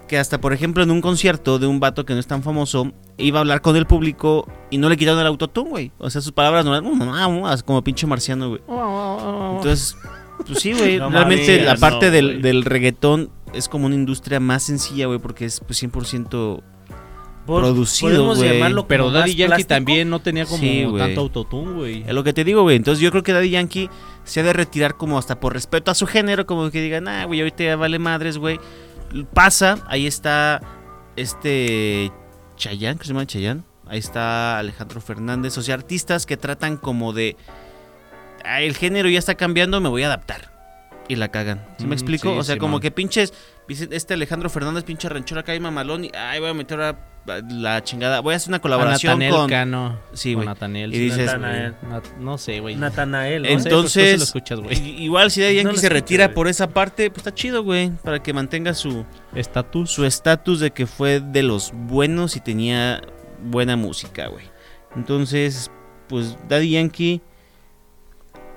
Speaker 1: Que hasta, por ejemplo, en un concierto de un vato que no es tan famoso, iba a hablar con el público y no le quitaron el autotune, güey. O sea, sus palabras no eran "Mm, ah, como pinche marciano, güey. Entonces, pues sí, güey.
Speaker 3: Oh. (laughs) No
Speaker 1: realmente
Speaker 3: mames,
Speaker 1: la parte
Speaker 3: no,
Speaker 1: del,
Speaker 3: güey.
Speaker 1: del reggaetón es como una industria más sencilla, güey, porque es pues 100%...
Speaker 2: Por-
Speaker 1: producido,
Speaker 2: podemos
Speaker 1: güey.
Speaker 2: llamarlo
Speaker 3: pero
Speaker 2: como
Speaker 3: Daddy
Speaker 2: más
Speaker 3: Yankee
Speaker 2: plástico.
Speaker 3: también no tenía como
Speaker 1: Sí, güey.
Speaker 3: tanto autotune, güey.
Speaker 1: Es lo que te digo, güey. Entonces yo creo que Daddy Yankee se ha de retirar como hasta por respeto a su género, como que digan, ah, güey, ahorita ya vale madres, güey. Pasa, ahí está este Chayán, que se llama Chayán. Ahí está Alejandro Fernández. O sea, artistas que tratan como de, "Ah, el género ya está cambiando, me voy a adaptar. y la cagan. ¿Sí
Speaker 3: Mm,
Speaker 1: me explico?
Speaker 3: sí,
Speaker 1: o sea,
Speaker 3: sí,
Speaker 1: como
Speaker 3: man.
Speaker 1: que pinches. dice, Este Alejandro Fernández, pinche ranchero acá y mamalón. Y ay, voy a meter a la chingada. Voy a hacer una colaboración
Speaker 3: Nathaniel
Speaker 1: con.
Speaker 3: Cano.
Speaker 1: Sí,
Speaker 3: con
Speaker 1: güey.
Speaker 3: Nathaniel.
Speaker 1: Y dices,
Speaker 2: Natanael.
Speaker 3: Nat- no sé, güey.
Speaker 2: Natanael. ¿no?
Speaker 3: No sé, pues, tú sí
Speaker 1: Entonces-
Speaker 3: lo escuchas, güey.
Speaker 1: I- Igual si Daddy
Speaker 2: No
Speaker 1: Yankee
Speaker 2: lo
Speaker 1: se
Speaker 2: escucho,
Speaker 1: retira
Speaker 2: güey.
Speaker 1: por esa parte, pues está chido, güey. Para que mantenga su
Speaker 3: Estatus.
Speaker 1: su estatus de que fue de los buenos y tenía buena música, güey. Entonces, pues Daddy Yankee,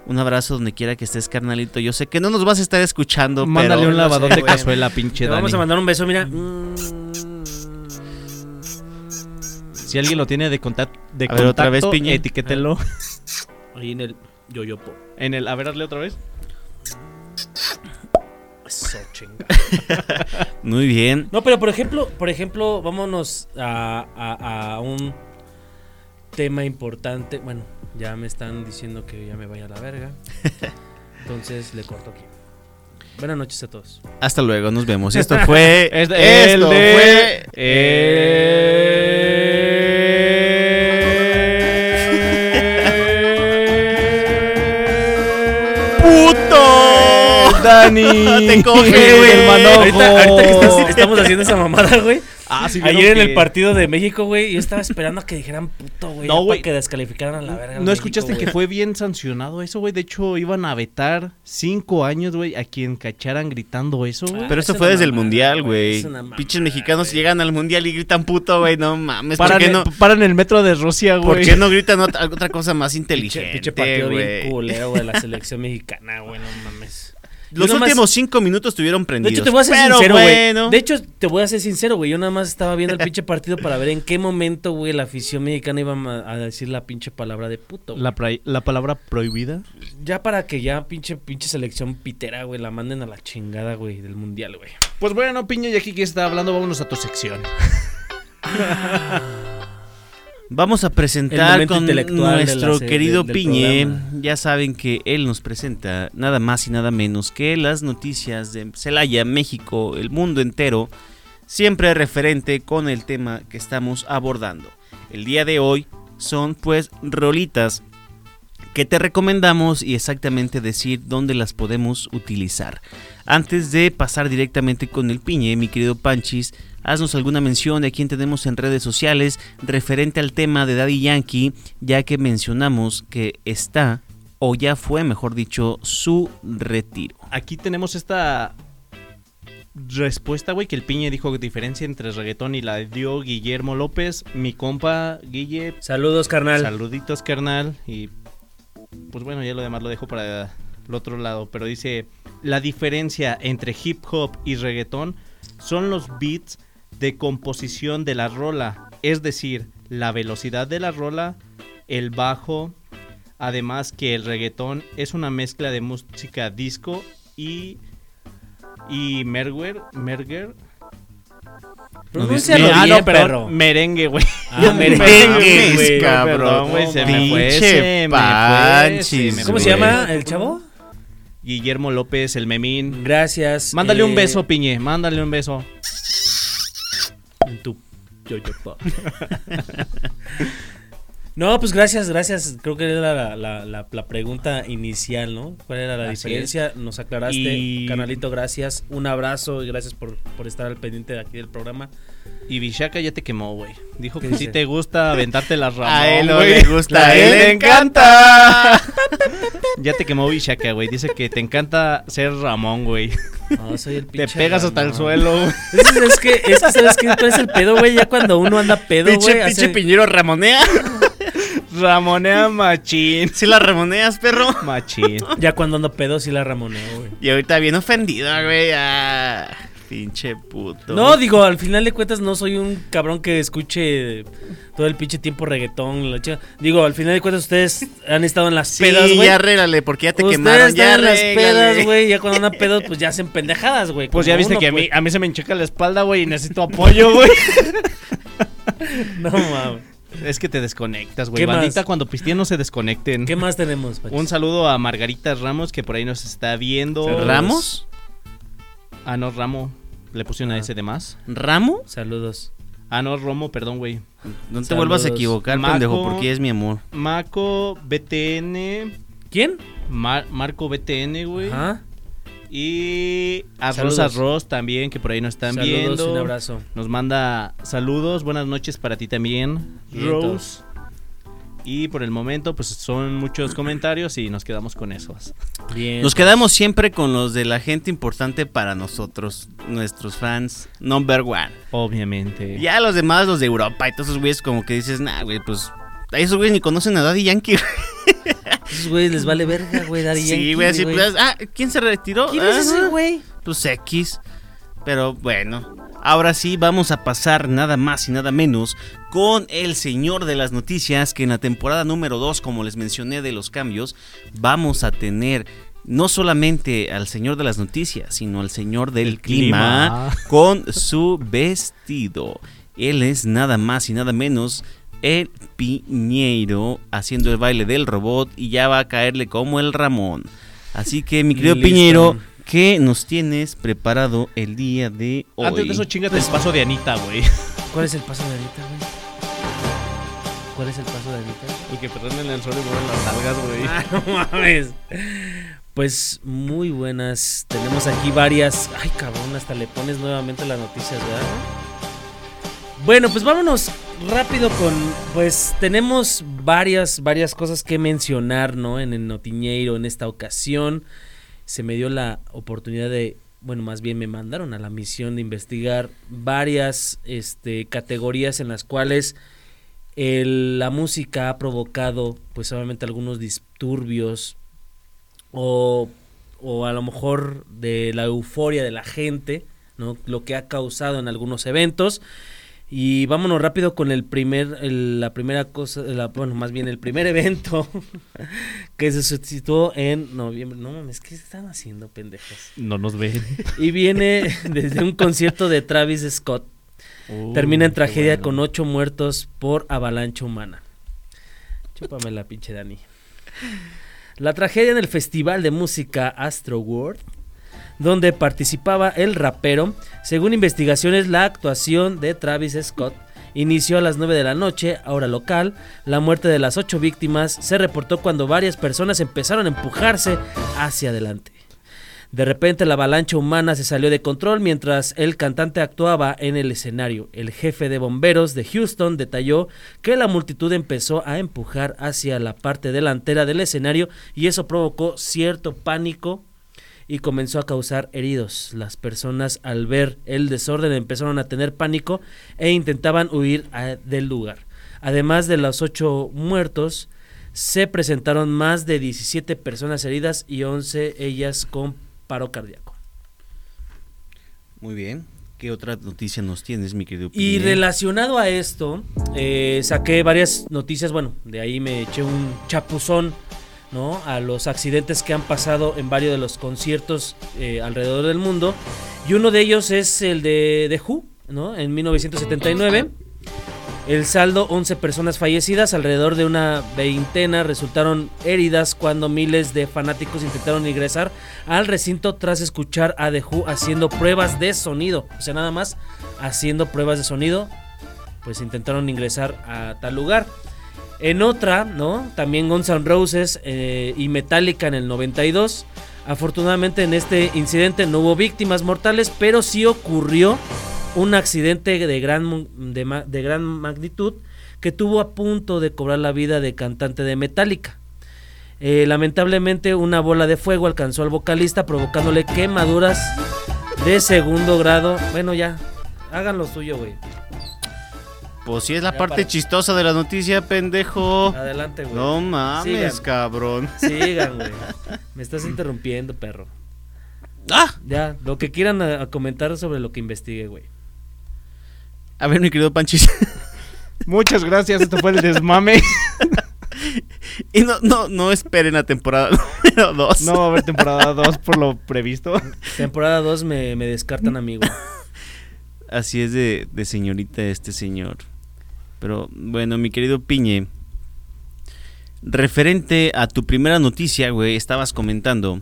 Speaker 1: un abrazo donde quiera que estés, carnalito. Yo sé que no nos vas a estar escuchando,
Speaker 3: Mándale
Speaker 1: pero
Speaker 3: un lavadón
Speaker 2: no sé,
Speaker 3: de
Speaker 2: güey.
Speaker 3: cazuela, pinche
Speaker 2: Te
Speaker 3: Dani.
Speaker 2: vamos a mandar un beso, mira.
Speaker 3: Si alguien lo tiene de, contacto de
Speaker 1: A ver, otra
Speaker 3: contacto,
Speaker 1: vez, piña. (laughs)
Speaker 3: etiquételo.
Speaker 2: Ahí en el yoyopo.
Speaker 3: En el, a ver, hazle otra vez.
Speaker 2: Eso, chinga.
Speaker 1: muy bien.
Speaker 2: No, pero por ejemplo, por ejemplo, vámonos a, a- a un tema importante. Bueno, ya me están diciendo que ya me vaya a la verga. Entonces le corto aquí. Buenas noches a todos.
Speaker 1: Hasta luego, nos vemos. Esto (laughs) fue.
Speaker 3: Es- el
Speaker 1: esto fue-
Speaker 3: de-
Speaker 1: ¡Puto!
Speaker 3: (laughs) Dani.
Speaker 1: Te coge, güey.
Speaker 3: El manojo.
Speaker 2: Ahorita, ahorita que estás- estamos haciendo esa mamada, güey.
Speaker 3: (laughs) Ah, sí, vieron
Speaker 2: Ayer en
Speaker 3: que-
Speaker 2: el partido de México, güey, yo estaba esperando a que dijeran puto, güey.
Speaker 3: No,
Speaker 2: No,
Speaker 3: güey.
Speaker 2: Que descalificaran a la verga. al
Speaker 3: (laughs) ¿No
Speaker 2: México,
Speaker 3: escuchaste
Speaker 2: güey.
Speaker 3: que fue bien sancionado eso, güey? De hecho, iban a vetar cinco años, güey, a quien cacharan gritando eso, güey.
Speaker 1: Pero
Speaker 2: Ah,
Speaker 1: esto
Speaker 2: es
Speaker 1: fue
Speaker 2: una
Speaker 1: desde el
Speaker 2: mamada,
Speaker 1: mundial,
Speaker 2: güey,
Speaker 1: güey.
Speaker 2: es una mamada,
Speaker 1: Pinches mexicanos llegan al mundial y gritan puto, güey. No mames, ¿por
Speaker 3: Paran,
Speaker 1: qué no?
Speaker 3: paran el metro de Rusia, güey.
Speaker 1: ¿Por qué no gritan
Speaker 2: (laughs)
Speaker 1: otra, otra cosa más
Speaker 2: Pinche-
Speaker 1: inteligente,
Speaker 2: Pinche partido bien
Speaker 1: güey?
Speaker 2: culero, güey, de
Speaker 3: (laughs)
Speaker 2: la selección mexicana, güey, no mames.
Speaker 1: Los
Speaker 2: Yo nomás-
Speaker 1: últimos cinco minutos estuvieron
Speaker 2: De
Speaker 1: prendidos.
Speaker 2: hecho, te voy a ser
Speaker 1: pero
Speaker 2: sincero, güey.
Speaker 1: bueno.
Speaker 2: De hecho, te voy a ser sincero, güey. Yo nada más estaba viendo el pinche partido para ver en qué momento, güey, la afición mexicana iba a a decir la pinche palabra de puto. güey.
Speaker 3: La, pra- la palabra prohibida.
Speaker 2: Ya para que ya pinche pinche selección pitera, güey, la manden a la chingada, güey, del mundial, güey.
Speaker 3: Pues bueno, piña, y aquí que está hablando, vámonos a tu sección.
Speaker 1: Vamos a
Speaker 2: El
Speaker 1: presentar
Speaker 2: momento
Speaker 1: con
Speaker 2: intelectual de
Speaker 1: nuestro
Speaker 2: la se-
Speaker 1: querido
Speaker 2: del
Speaker 1: Piñe.
Speaker 2: programa.
Speaker 1: Ya saben que él nos presenta nada más y nada menos que las noticias de Celaya, México, el mundo entero, siempre referente con el tema que estamos abordando. El día de hoy son pues rolitas que te recomendamos y exactamente decir dónde las podemos utilizar. Antes de pasar directamente con el piñe, mi querido Panchis, haznos alguna mención de quién tenemos en redes sociales referente al tema de Daddy Yankee, ya que mencionamos que está, o ya fue, mejor dicho, su retiro.
Speaker 3: Aquí tenemos esta respuesta, güey, que el piña dijo que diferencia entre reggaetón y la dio Guillermo López, mi compa Guille.
Speaker 2: Saludos, carnal.
Speaker 3: Saluditos, carnal. Y pues bueno, ya lo demás lo dejo para el otro lado. Pero dice, la diferencia entre hip hop y reggaetón son los beats de composición de la rola. Es decir, la velocidad de la rola, el bajo. Además que el reggaetón es una mezcla de música disco y... Y merger, merger.
Speaker 2: Pronúncialo
Speaker 1: Lo
Speaker 3: Ah,
Speaker 2: bien, eh,
Speaker 3: no, perdón,
Speaker 2: perro.
Speaker 3: Merengue, güey.
Speaker 2: Ah,
Speaker 1: merengues,
Speaker 2: güey.
Speaker 1: güey. cabrón.
Speaker 3: Perdón, güey, se me fue,
Speaker 1: Pinche
Speaker 3: se me fue, se me
Speaker 1: panchis,
Speaker 2: ¿Cómo se
Speaker 3: fue.
Speaker 2: llama el chavo?
Speaker 3: Guillermo López, el memín.
Speaker 2: Gracias.
Speaker 3: Mándale
Speaker 2: eh,
Speaker 3: un beso, Piñe, mándale un beso.
Speaker 2: en tu yoyopo. No, pues gracias, gracias. Creo que era la, la- la- la pregunta inicial, ¿no? ¿Cuál era la
Speaker 3: Así
Speaker 2: diferencia? Nos aclaraste,
Speaker 3: Y-
Speaker 2: canalito, gracias. Un abrazo y gracias por, por estar al pendiente de aquí del programa.
Speaker 3: Y Vishaka ya te quemó, güey. Dijo
Speaker 2: ¿Qué
Speaker 3: que sí
Speaker 2: dice?
Speaker 3: te gusta aventarte las ramas.
Speaker 1: no gusta, a él le encanta.
Speaker 3: Ya te quemó Vishaka, güey. Dice que te encanta ser Ramón, güey.
Speaker 2: No, soy el
Speaker 3: Te
Speaker 2: pinche
Speaker 3: pegas hasta el
Speaker 2: Ramón.
Speaker 3: suelo. güey.
Speaker 2: Es, es que, es que, ¿sabes qué? Tú eres el pedo, güey. Ya cuando uno anda pedo, güey.
Speaker 1: Pinche,
Speaker 2: hace-
Speaker 1: pinche piñero ramonea.
Speaker 3: Ramonea machín.
Speaker 1: (laughs) Si la ramoneas, perro.
Speaker 3: Machín.
Speaker 2: Ya cuando ando pedo, sí la ramoneo, güey.
Speaker 1: Y ahorita bien ofendida, güey. ah, pinche puto.
Speaker 2: No, digo, al final de cuentas no soy un cabrón que escuche todo el pinche tiempo reggaetón. La chica. Digo, al final de cuentas ustedes han estado en las
Speaker 1: sí,
Speaker 2: pedas, güey.
Speaker 1: ya arréglale, porque ya te
Speaker 2: ustedes
Speaker 1: quemaron.
Speaker 2: están
Speaker 1: Ya
Speaker 2: en las
Speaker 1: arréglale.
Speaker 2: pedas, güey. Ya cuando andan pedos, pues ya hacen pendejadas, güey.
Speaker 3: Pues
Speaker 2: como
Speaker 3: ya viste
Speaker 2: uno,
Speaker 3: que a, mí,
Speaker 2: pues.
Speaker 3: a mí se me encheca la espalda, güey, y necesito apoyo, güey.
Speaker 2: (laughs) No mames.
Speaker 3: (laughs) es que te desconectas, güey.
Speaker 2: ¿Qué más?
Speaker 3: Bandita, cuando pisteen no se desconecten.
Speaker 2: ¿Qué más tenemos, Pachi?
Speaker 3: Un saludo a Margarita Ramos, que por ahí nos está viendo.
Speaker 2: Saludos.
Speaker 1: ¿Ramos?
Speaker 3: Ah, no, Ramo. Le puse una
Speaker 2: Ah.
Speaker 3: S de más.
Speaker 1: ¿Ramo?
Speaker 2: Saludos.
Speaker 3: Ah, no, Romo, perdón, güey.
Speaker 1: No te vuelvas a
Speaker 2: Saludos.
Speaker 1: equivocar,
Speaker 3: Maco.
Speaker 1: pendejo, porque es mi amor.
Speaker 3: Marco BTN.
Speaker 2: ¿Quién?
Speaker 3: Mar- Marco BTN, güey.
Speaker 2: Ajá.
Speaker 3: Y Arroz
Speaker 2: Saludos.
Speaker 3: Arroz también, que por ahí nos están
Speaker 2: Saludos y
Speaker 3: viendo.
Speaker 2: un abrazo.
Speaker 3: Nos manda saludos, buenas noches para ti también, Rose.
Speaker 2: Vientos.
Speaker 3: Y por el momento, pues son muchos comentarios y nos quedamos con esos.
Speaker 2: Bien.
Speaker 1: Nos quedamos siempre con los de la gente importante para nosotros, nuestros fans, number one.
Speaker 3: Obviamente.
Speaker 1: Ya los demás, los de Europa y todos esos güeyes, como que dices, nah, güey, pues. a Esos güeyes ni conocen a Daddy Yankee. güey".
Speaker 2: Esos güeyes les vale verga, güey. Daddy
Speaker 1: Sí,
Speaker 2: Yankee,
Speaker 1: güey, así. pues, ah, ¿quién se retiró?
Speaker 2: ¿Quién es ese
Speaker 1: Ajá.
Speaker 2: güey?
Speaker 1: Pues X. Pero bueno. Ahora sí, vamos a pasar nada más y nada menos con el señor de las noticias, que en la temporada número 2, como les mencioné de los cambios, vamos a tener no solamente al señor de las noticias, sino al señor del
Speaker 3: El
Speaker 1: clima,
Speaker 3: clima. (laughs)
Speaker 1: con su vestido. Él es nada más y nada menos el Piñeiro haciendo el baile del robot y ya va a caerle como el Ramón. Así que, mi querido
Speaker 2: Listo.
Speaker 1: Piñeiro, ¿qué nos tienes preparado el día de hoy?
Speaker 3: Antes de eso, chingate el paso de Anita, güey.
Speaker 2: ¿Cuál es el paso de Anita, güey? ¿Cuál es el paso de Anita?
Speaker 3: El que perdonen el sol y mueven las nalgas, güey.
Speaker 2: Ah, (laughs) no mames. Pues muy buenas. Tenemos aquí varias. Ay, cabrón, hasta le pones nuevamente las noticias, ¿verdad? Bueno, pues vámonos rápido con. Pues tenemos varias, varias cosas que mencionar, ¿no? En el Notiñeiro, en esta ocasión. Se me dio la oportunidad de. Bueno, más bien me mandaron a la misión de investigar varias este, categorías en las cuales el- la música ha provocado pues obviamente algunos disturbios o, o a lo mejor de la euforia de la gente, ¿no? lo que ha causado en algunos eventos. Y vámonos rápido con el primer, el- la primera cosa, la- bueno, más bien el primer evento (laughs) que se situó en noviembre. No mames, ¿qué están haciendo, pendejos?
Speaker 3: No nos (laughs) ven.
Speaker 2: Y viene (laughs) desde un concierto de Travis Scott. Termina en tragedia con ocho muertos por avalancha humana. Chúpame la pinche Dani. La tragedia en el festival de música Astro World, donde participaba el rapero. Según investigaciones, la actuación de Travis Scott inició a las 9 de la noche, hora local. La muerte de las ocho víctimas se reportó cuando varias personas empezaron a empujarse hacia adelante. De repente la avalancha humana se salió de control mientras el cantante actuaba en el escenario. El jefe de bomberos de Houston detalló que la multitud empezó a empujar hacia la parte delantera del escenario y eso provocó cierto pánico y comenzó a causar heridos. Las personas al ver el desorden empezaron a tener pánico e intentaban huir ah, del lugar. Además de los ocho muertos, se presentaron más de 17 personas heridas y 11 ellas con paro cardíaco.
Speaker 1: Muy bien. ¿Qué otra noticia nos tienes, mi querido
Speaker 2: Y
Speaker 1: Piñeiro?
Speaker 2: relacionado a esto, eh, saqué varias noticias, bueno, de ahí me eché un chapuzón, ¿no? A los accidentes que han pasado en varios de los conciertos eh, alrededor del mundo. Y uno de ellos es el de, de Who, ¿no? En 1979. El saldo, 11 personas fallecidas, alrededor de una veintena resultaron heridas cuando miles de fanáticos intentaron ingresar al recinto tras escuchar a The Who haciendo pruebas de sonido. O sea, nada más haciendo pruebas de sonido, pues intentaron ingresar a tal lugar. En otra, ¿no? También Guns N' Roses eh, y Metallica en el 92. Afortunadamente en este incidente no hubo víctimas mortales, pero sí ocurrió un accidente de gran, mu- de, ma- de gran magnitud que tuvo a punto de cobrar la vida de cantante de Metallica. Eh, lamentablemente una bola de fuego alcanzó al vocalista provocándole quemaduras de segundo grado. Bueno ya, hagan lo suyo, güey.
Speaker 1: Pues sí, es la
Speaker 2: Ya
Speaker 1: parte
Speaker 2: para.
Speaker 1: chistosa de la noticia, pendejo.
Speaker 2: Adelante, güey.
Speaker 1: No mames,
Speaker 2: Sigan.
Speaker 1: cabrón. (laughs)
Speaker 2: Sigan, güey. Me estás interrumpiendo, perro.
Speaker 1: ¡Ah!
Speaker 2: Ya, lo que quieran eh, a- a comentar sobre lo que investigué, güey.
Speaker 1: A ver, mi querido Panchis. (laughs)
Speaker 3: Muchas gracias, esto fue el (laughs) desmame.
Speaker 1: y no, no, no esperen la temporada (laughs) número 2.
Speaker 3: No va a haber temporada 2 por lo previsto.
Speaker 2: Temporada 2 me, me descartan, amigo.
Speaker 1: Así es de, de señorita este señor. Pero bueno, mi querido Piñe, referente a tu primera noticia, güey, estabas comentando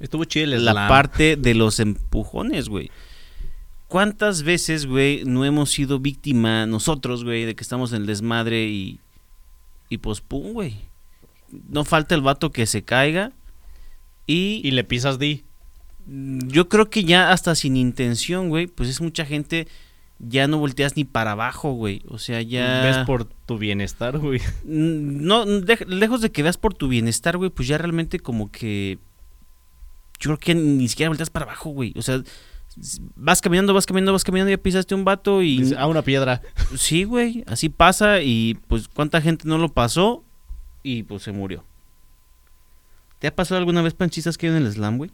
Speaker 3: Estuvo chile
Speaker 1: la parte de los empujones, güey. ¿Cuántas veces, güey, no hemos sido víctima nosotros, güey, de que estamos en el desmadre y, y pues pum, güey? No falta el vato que se caiga y,
Speaker 3: Y le pisas di.
Speaker 1: Yo creo que ya hasta sin intención, güey, pues es mucha gente. Ya no volteas ni para abajo, güey. O sea, ya.
Speaker 3: Ves por tu bienestar, güey.
Speaker 1: Mm, No, de- lejos de que veas por tu bienestar, güey, pues ya realmente como que. Yo creo que ni siquiera volteas para abajo, güey. O sea, s- vas caminando, vas caminando, vas caminando, ya pisaste un vato y.
Speaker 3: Dices, Ah, una piedra.
Speaker 1: Sí, güey, así pasa y pues cuánta gente no lo pasó y pues se murió. ¿Te ha pasado alguna vez panchistas que hay en el slam, güey?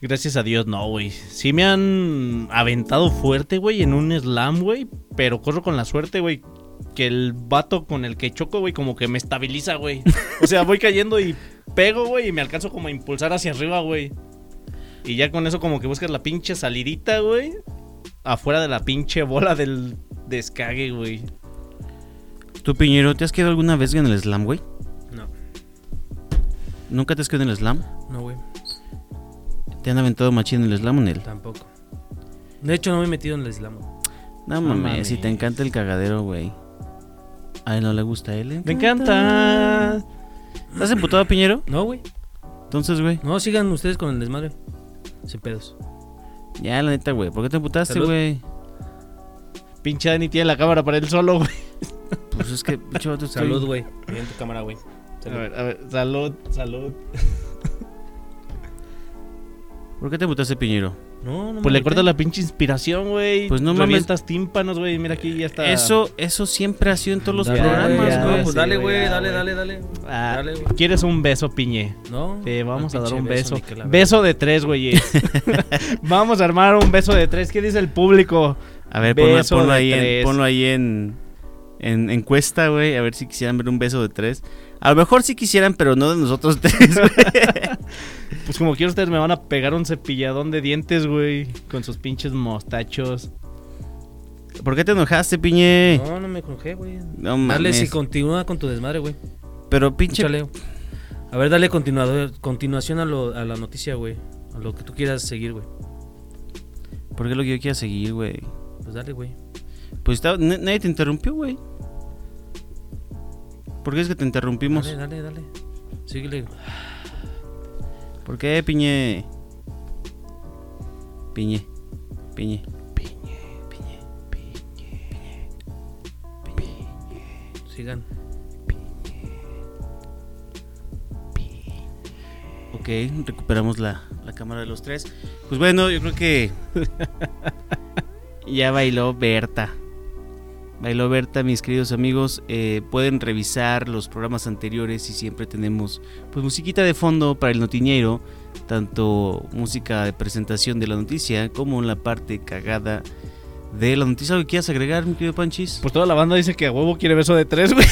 Speaker 3: Gracias a Dios, no, güey. Sí me han aventado fuerte, güey, en un slam, güey. Pero corro con la suerte, güey. Que el vato con el que choco, güey, como que me estabiliza, güey. O sea, voy cayendo y pego, güey, y me alcanzo como a impulsar hacia arriba, güey. Y ya con eso como que buscas la pinche salidita, güey. Afuera de la pinche bola del descague, güey.
Speaker 1: ¿Tú, Piñero, te has quedado alguna vez en el slam, güey?
Speaker 2: No,
Speaker 1: ¿Nunca te has quedado en el slam?
Speaker 2: no, güey,
Speaker 1: ¿Te han aventado machín en el slam o en el?
Speaker 2: tampoco. De hecho, no me he metido en el Islam.
Speaker 1: No
Speaker 3: No
Speaker 1: mames,
Speaker 3: mames.
Speaker 1: si te encanta el cagadero, güey. A él no le gusta, a él le
Speaker 3: Me encanta.
Speaker 1: ¿Estás emputado, Piñero?
Speaker 2: No, güey.
Speaker 1: Entonces, güey.
Speaker 2: No, sigan ustedes con el desmadre. Sin pedos.
Speaker 1: Ya, la neta, güey. ¿Por qué te emputaste,
Speaker 2: Salud.
Speaker 1: güey?
Speaker 3: Pinche Dani tiene la cámara para él solo, güey.
Speaker 1: Pues es que, (laughs) pinche vato, estoy-
Speaker 2: Salud, güey. Miren tu cámara, güey.
Speaker 3: A
Speaker 2: Salud.
Speaker 3: ver, a ver, salud, salud.
Speaker 1: ¿Por qué te emputaste, Piñero?
Speaker 2: No, no
Speaker 3: Pues le
Speaker 2: me
Speaker 3: corta
Speaker 2: agüité.
Speaker 3: la pinche inspiración, güey.
Speaker 1: Pues no mames.
Speaker 3: Revientas tímpanos, güey. Mira aquí ya está.
Speaker 1: Eso, eso siempre ha sido en todos los
Speaker 2: Dale,
Speaker 3: güey,
Speaker 1: programas,
Speaker 3: ya,
Speaker 2: no,
Speaker 1: güey.
Speaker 2: pues
Speaker 3: Sí,
Speaker 2: dale,
Speaker 3: güey,
Speaker 2: güey.
Speaker 3: ya,
Speaker 2: Dale,
Speaker 3: güey.
Speaker 2: dale, dale.
Speaker 3: Ah,
Speaker 2: Dale, güey.
Speaker 3: ¿Quieres un beso, piñe?
Speaker 2: No.
Speaker 3: Te vamos
Speaker 2: no,
Speaker 3: a dar
Speaker 2: pinche
Speaker 3: un beso.
Speaker 2: ni que la
Speaker 3: Beso de
Speaker 2: (laughs)
Speaker 3: tres, güey. vamos a armar un beso de tres. ¿Qué dice el público?
Speaker 1: A ver, ponlo,
Speaker 3: Beso
Speaker 1: ponlo
Speaker 3: de
Speaker 1: ahí, en,
Speaker 3: tres.
Speaker 1: ponlo ahí en, en encuesta, güey. A ver si quisieran ver un beso de tres. A lo mejor sí quisieran, pero no de nosotros (laughs) tres, güey.
Speaker 3: Pues como quiero, ustedes me van a pegar un cepilladón de dientes, güey. Con sus pinches mostachos.
Speaker 1: ¿Por qué te enojaste, Piñe?
Speaker 3: eh.
Speaker 2: No, no me conjé, güey.
Speaker 1: No,
Speaker 2: Dale,
Speaker 1: mames.
Speaker 2: si continúa con tu desmadre, güey.
Speaker 1: Pero pinche...
Speaker 2: Échale. A ver, dale continuador, continuación a, lo, a la noticia, güey. A lo que tú quieras seguir, güey.
Speaker 1: ¿Por qué lo que yo quiera seguir, güey?
Speaker 2: Pues dale, güey.
Speaker 1: Pues estaba- na- nadie te interrumpió, güey. ¿Por qué es que te interrumpimos?
Speaker 2: Dale, dale, dale. Síguele.
Speaker 1: ¿Por qué, Piñe? Piñe. Piñe.
Speaker 2: Sigan.
Speaker 1: Ok, recuperamos la, la cámara de los tres. Pues bueno, yo creo que (laughs) ya bailó Berta. Bailó Berta, mis queridos amigos. Eh, pueden revisar los programas anteriores y siempre tenemos pues musiquita de fondo para el noticiero, tanto música de presentación de la noticia como la parte cagada de la noticia. ¿Algo que quieras agregar, mi querido (laughs) Panchis?
Speaker 3: Pues toda la banda dice que a huevo quiere beso de tres, güey.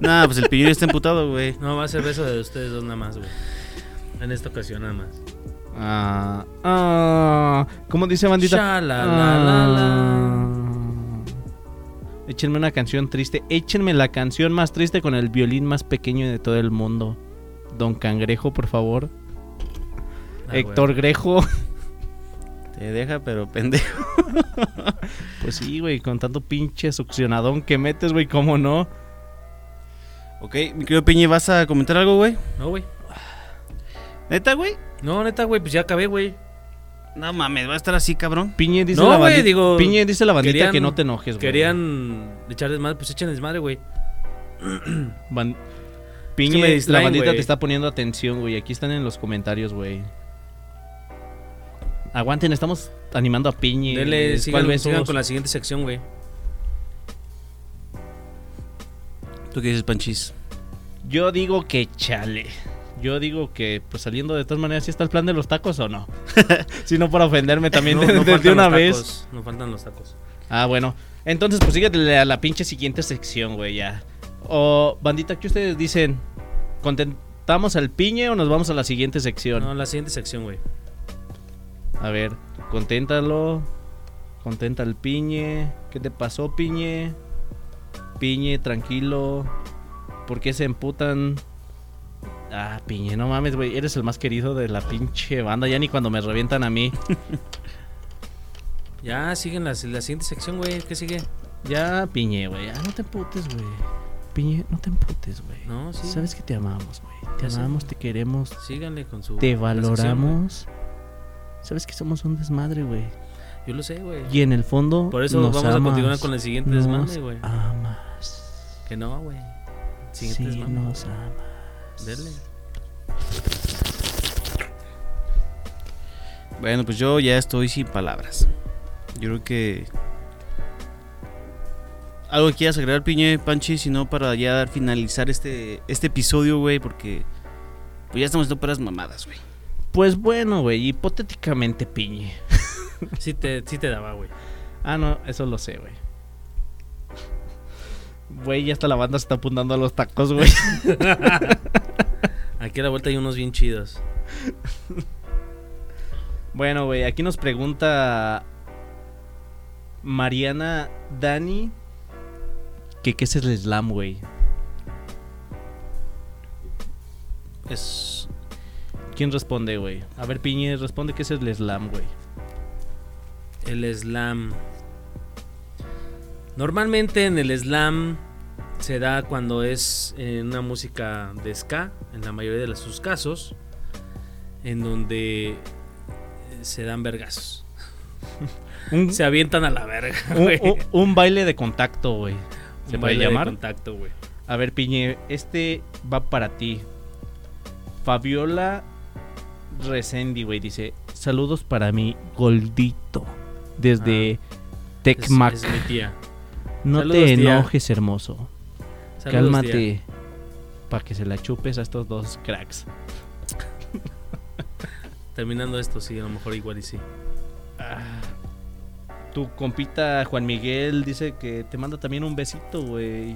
Speaker 1: Nada, pues el piñón está emputado, güey.
Speaker 2: No, va a ser beso de ustedes dos nada más, güey. En esta ocasión nada más.
Speaker 3: Ah, ah. ¿Cómo dice bandita?
Speaker 2: Sha,
Speaker 3: Ah.
Speaker 2: la, la, la, la.
Speaker 3: Échenme una canción triste. Échenme la canción más triste con el violín más pequeño de todo el mundo. Don Cangrejo, por favor.
Speaker 2: Ah,
Speaker 3: Héctor
Speaker 2: güey.
Speaker 3: Grejo. (laughs)
Speaker 1: Te deja, pero pendejo.
Speaker 3: Pues sí, güey, con tanto pinche succionadón que metes, güey, cómo no.
Speaker 1: Ok, mi querido Piñe, ¿vas a comentar algo, güey?
Speaker 2: No, güey.
Speaker 1: ¿Neta, güey?
Speaker 2: No, neta, güey, pues ya acabé, güey.
Speaker 1: No mames, va a estar así, cabrón.
Speaker 3: Piñe dice
Speaker 2: No,
Speaker 3: la
Speaker 2: güey,
Speaker 3: bandita,
Speaker 2: digo,
Speaker 3: Piñe dice la bandita
Speaker 2: querían-
Speaker 3: que no te enojes, güey.
Speaker 2: Querían echar desmadre, pues echen desmadre, güey.
Speaker 3: Ban-
Speaker 2: que
Speaker 3: Piñe,
Speaker 2: me distraen,
Speaker 3: la bandita
Speaker 2: güey.
Speaker 3: te está poniendo atención, güey. Aquí están en los comentarios, güey. Aguanten, estamos animando a Piñe.
Speaker 2: Dele,
Speaker 3: ¿Cuál
Speaker 2: sigan,
Speaker 3: beso?
Speaker 2: sigan con la siguiente sección, güey.
Speaker 1: ¿Tú qué dices, Panchis?
Speaker 3: Yo digo que chale. Yo digo que, pues saliendo de todas maneras, si está el plan de los tacos o no. (laughs) si no, para ofenderme también
Speaker 2: No,
Speaker 3: (laughs) de-
Speaker 2: no
Speaker 3: de,
Speaker 2: faltan
Speaker 3: una
Speaker 2: los
Speaker 3: vez.
Speaker 2: tacos, No faltan los tacos.
Speaker 3: Ah, bueno. Entonces, pues síguete a la pinche siguiente sección, güey, ya. O, bandita, ¿qué ustedes dicen? ¿Contentamos al piñe o nos vamos a la siguiente sección?
Speaker 2: No, la siguiente sección, güey.
Speaker 3: A ver, conténtalo. Contenta al piñe. ¿Qué te pasó, piñe? Piñe, tranquilo. ¿Por qué se emputan? Ah, piñe, no mames, güey. Eres el más querido de la pinche banda. Ya ni cuando me revientan a mí.
Speaker 2: Ya, siguen la, la siguiente sección, güey. ¿Qué sigue?
Speaker 3: Ya, piñe, güey. Ya no te putes, güey. Piñe, no te emputes, güey.
Speaker 2: No, sí. Pues
Speaker 3: Sabes que te amamos, güey. Te
Speaker 2: Ya sé.
Speaker 3: amamos, te queremos,
Speaker 2: Síganle con su.
Speaker 3: te
Speaker 2: con la sección, güey.
Speaker 3: valoramos. Sabes que somos un desmadre, güey.
Speaker 2: Yo lo sé, güey.
Speaker 3: Y en el fondo.
Speaker 2: Por eso
Speaker 3: nos
Speaker 2: vamos a
Speaker 3: amas.
Speaker 2: continuar con el siguiente
Speaker 3: Nos
Speaker 2: desmame, güey.
Speaker 3: Amas.
Speaker 2: Que no, güey. Siguiente
Speaker 3: Sí,
Speaker 2: desmame.
Speaker 3: nos amas.
Speaker 2: Dele.
Speaker 1: Bueno, pues yo ya estoy sin palabras. Yo creo que. Algo que quieras agregar, Piñe, Panchi, si no, para ya dar- finalizar este, este episodio, güey, porque. Pues ya estamos haciendo puras mamadas, güey.
Speaker 3: Pues bueno, güey, hipotéticamente piñe.
Speaker 2: Sí te, sí te daba, güey.
Speaker 3: Ah, no, eso lo sé, güey. Güey, ya hasta la banda se está apuntando a los tacos, güey.
Speaker 2: Aquí a la vuelta hay unos bien chidos.
Speaker 3: Bueno, güey, aquí nos pregunta Mariana Dani que qué es el slam, güey.
Speaker 1: Es.
Speaker 3: ¿Quién responde, güey? A ver, Piñe, responde qué es el slam, güey.
Speaker 2: El slam. Normalmente en el slam se da cuando es en una música de ska, en la mayoría de los- sus casos, en donde eh, se dan vergazos. (laughs)
Speaker 3: Un,
Speaker 2: Se avientan a la
Speaker 3: (laughs)
Speaker 2: verga,
Speaker 3: un-
Speaker 2: güey.
Speaker 3: un- un baile de contacto, güey. Uh, ¿Se
Speaker 2: Un
Speaker 3: puede
Speaker 2: baile de
Speaker 3: llamar?
Speaker 2: contacto, güey.
Speaker 3: A ver, Piñe, este va para ti. Fabiola Resendi, güey, dice: Saludos para mí, Goldito. Desde
Speaker 2: Es,
Speaker 3: Tecmac.
Speaker 2: Ah, es mi tía.
Speaker 3: no
Speaker 2: saludos,
Speaker 3: te
Speaker 2: tía.
Speaker 3: enojes, hermoso.
Speaker 2: Saludos, tía.
Speaker 3: Cálmate. Para que se la chupes a estos dos cracks.
Speaker 2: Terminando esto, sí, a lo mejor igual y sí.
Speaker 3: Tu compita Juan Miguel dice que te manda también un besito, güey.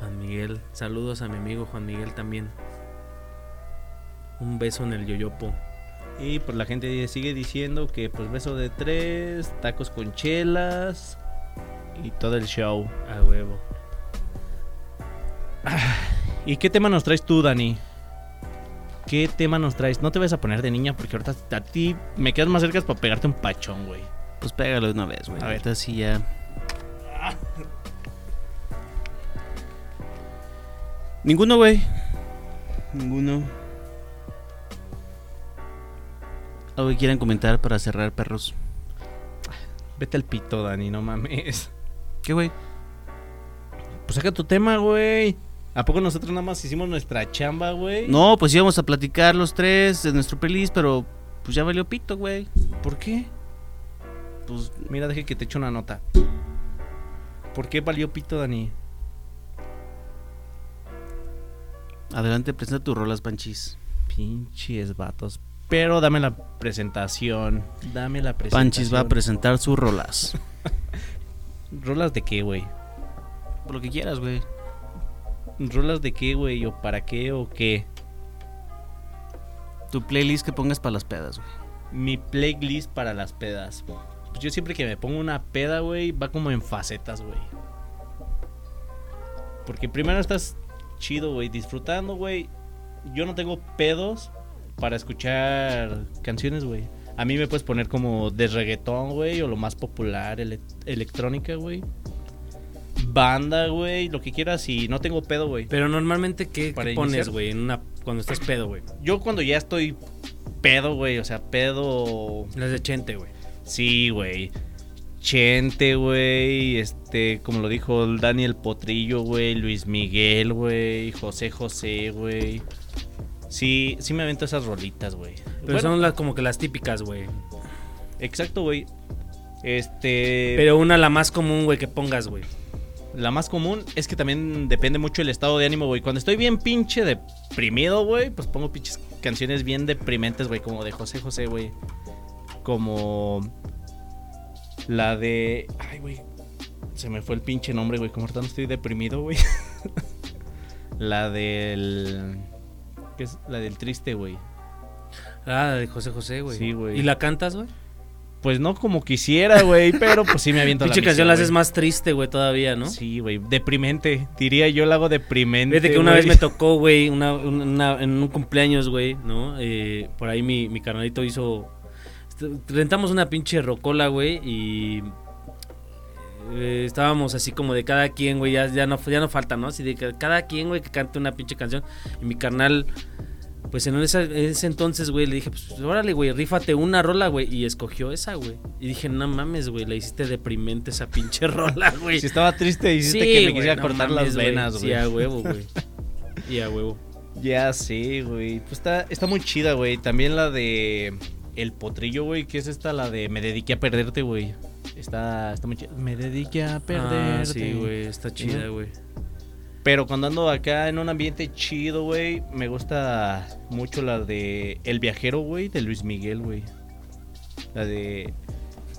Speaker 2: Juan Miguel, saludos a mi amigo Juan Miguel también. Un beso en el yoyopo.
Speaker 3: Y pues la gente di- sigue diciendo que pues beso de tres, tacos con chelas y todo el show.
Speaker 2: A huevo.
Speaker 3: ¿Y qué tema nos traes tú, Dani? ¿Qué tema nos traes? No te vas a poner de niña porque ahorita a ti me quedas más cerca para pegarte un pachón, güey.
Speaker 1: Pues pégalo de una vez, güey.
Speaker 3: A ver.
Speaker 1: Ahorita sí ya. Ninguno, güey. Ninguno. Algo que quieran comentar para cerrar, perros.
Speaker 3: Vete al pito, Dani, no mames.
Speaker 1: ¿Qué, güey?
Speaker 3: Pues saca tu tema, güey. ¿A poco nosotros nada más hicimos nuestra chamba, güey?
Speaker 1: No, pues íbamos a platicar los tres de nuestro pelis, pero pues ya valió pito, güey.
Speaker 3: ¿Por qué?
Speaker 1: Pues
Speaker 3: Mira, deje que te echo una nota. ¿Por qué valió pito, Dani?
Speaker 1: adelante, presenta tus rolas, Panchis.
Speaker 3: Pinches vatos. Pero dame la presentación. Dame la presentación.
Speaker 1: Panchis va a presentar sus rolas.
Speaker 3: ¿Rolas de qué, güey?
Speaker 1: Por lo que quieras, güey.
Speaker 3: ¿Rolas de qué, güey? ¿O para qué o qué?
Speaker 1: Tu playlist que pongas para las pedas, güey.
Speaker 3: Mi playlist para las pedas. Pues yo siempre que me pongo una peda, güey, va como en facetas, güey. Porque primero estás chido, güey, disfrutando, güey. Yo no tengo pedos para escuchar canciones, güey. A mí me puedes poner como de reggaetón, güey, o lo más popular, ele- electrónica, güey. Banda, güey, lo que quieras y no tengo pedo, güey.
Speaker 2: Pero normalmente, ¿qué,
Speaker 3: Para
Speaker 2: qué
Speaker 3: iniciar.
Speaker 2: pones, güey? en una- Cuando estás pedo, güey.
Speaker 3: Yo cuando ya estoy pedo, güey, o sea, pedo
Speaker 2: Las de Chente, güey.
Speaker 3: Sí, güey. Chente, güey. Este, como lo dijo el Daniel Potrillo, güey. Luis Miguel, güey. José José, güey. Sí, sí me avento esas rolitas, güey.
Speaker 2: Pero
Speaker 3: Bueno, Eh.
Speaker 2: son las, como que las típicas, güey.
Speaker 3: Exacto, güey. Este.
Speaker 2: Pero una la más común, güey, que pongas, güey.
Speaker 3: La más común es que también depende mucho el estado de ánimo, güey. Cuando estoy bien pinche deprimido, güey, pues pongo pinches canciones bien deprimentes, güey, como de José José, güey. Como la de ay, güey. Se me fue el pinche nombre, güey, como ahorita no estoy deprimido, güey. (laughs) la del ¿qué es? La del triste, güey.
Speaker 2: Ah, la de José José, güey.
Speaker 3: Sí, güey.
Speaker 2: ¿Y la cantas, güey?
Speaker 3: Pues no como quisiera, güey, pero pues sí me
Speaker 2: (laughs)
Speaker 3: aviento
Speaker 2: Pinche
Speaker 3: la misión,
Speaker 2: canción la
Speaker 3: güey.
Speaker 2: haces más triste, güey, todavía, ¿no?
Speaker 3: Sí, güey, deprimente. Diría yo la hago deprimente.
Speaker 2: Fíjate que una vez
Speaker 3: güey.
Speaker 2: me tocó, güey, una, una- en un cumpleaños, güey, ¿no? Eh, por ahí mi, mi carnalito este, hizo... Rentamos una pinche rocola, güey, y... eh, estábamos así como de cada quien, güey, ya, ya, no, ya no falta, ¿no? Así de que cada quien, güey, que cante una pinche canción. Y mi carnal, pues en ese, en ese entonces, güey, le dije, pues órale, güey, rífate una rola, güey. Y escogió esa, güey. Y dije, no mames, güey, le hiciste deprimente esa pinche (laughs) rola, güey.
Speaker 3: Si estaba triste, hiciste que me
Speaker 2: güey,
Speaker 3: quisiera
Speaker 2: no
Speaker 3: cortar
Speaker 2: mames,
Speaker 3: las venas, güey.
Speaker 2: Sí, a
Speaker 3: (laughs)
Speaker 2: huevo, güey. Y a huevo. Ah,
Speaker 3: Ya sí, güey. Pues está, está muy chida, güey. También la de El Potrillo, güey, que es esta, la de Me dediqué a perderte, güey. Está, está muy chida. Me dediqué a perderte,
Speaker 2: Ah, sí, güey, está chida, güey.
Speaker 3: Pero cuando ando acá en un ambiente chido, güey, me gusta mucho la de El Viajero, güey, de Luis Miguel, güey. La de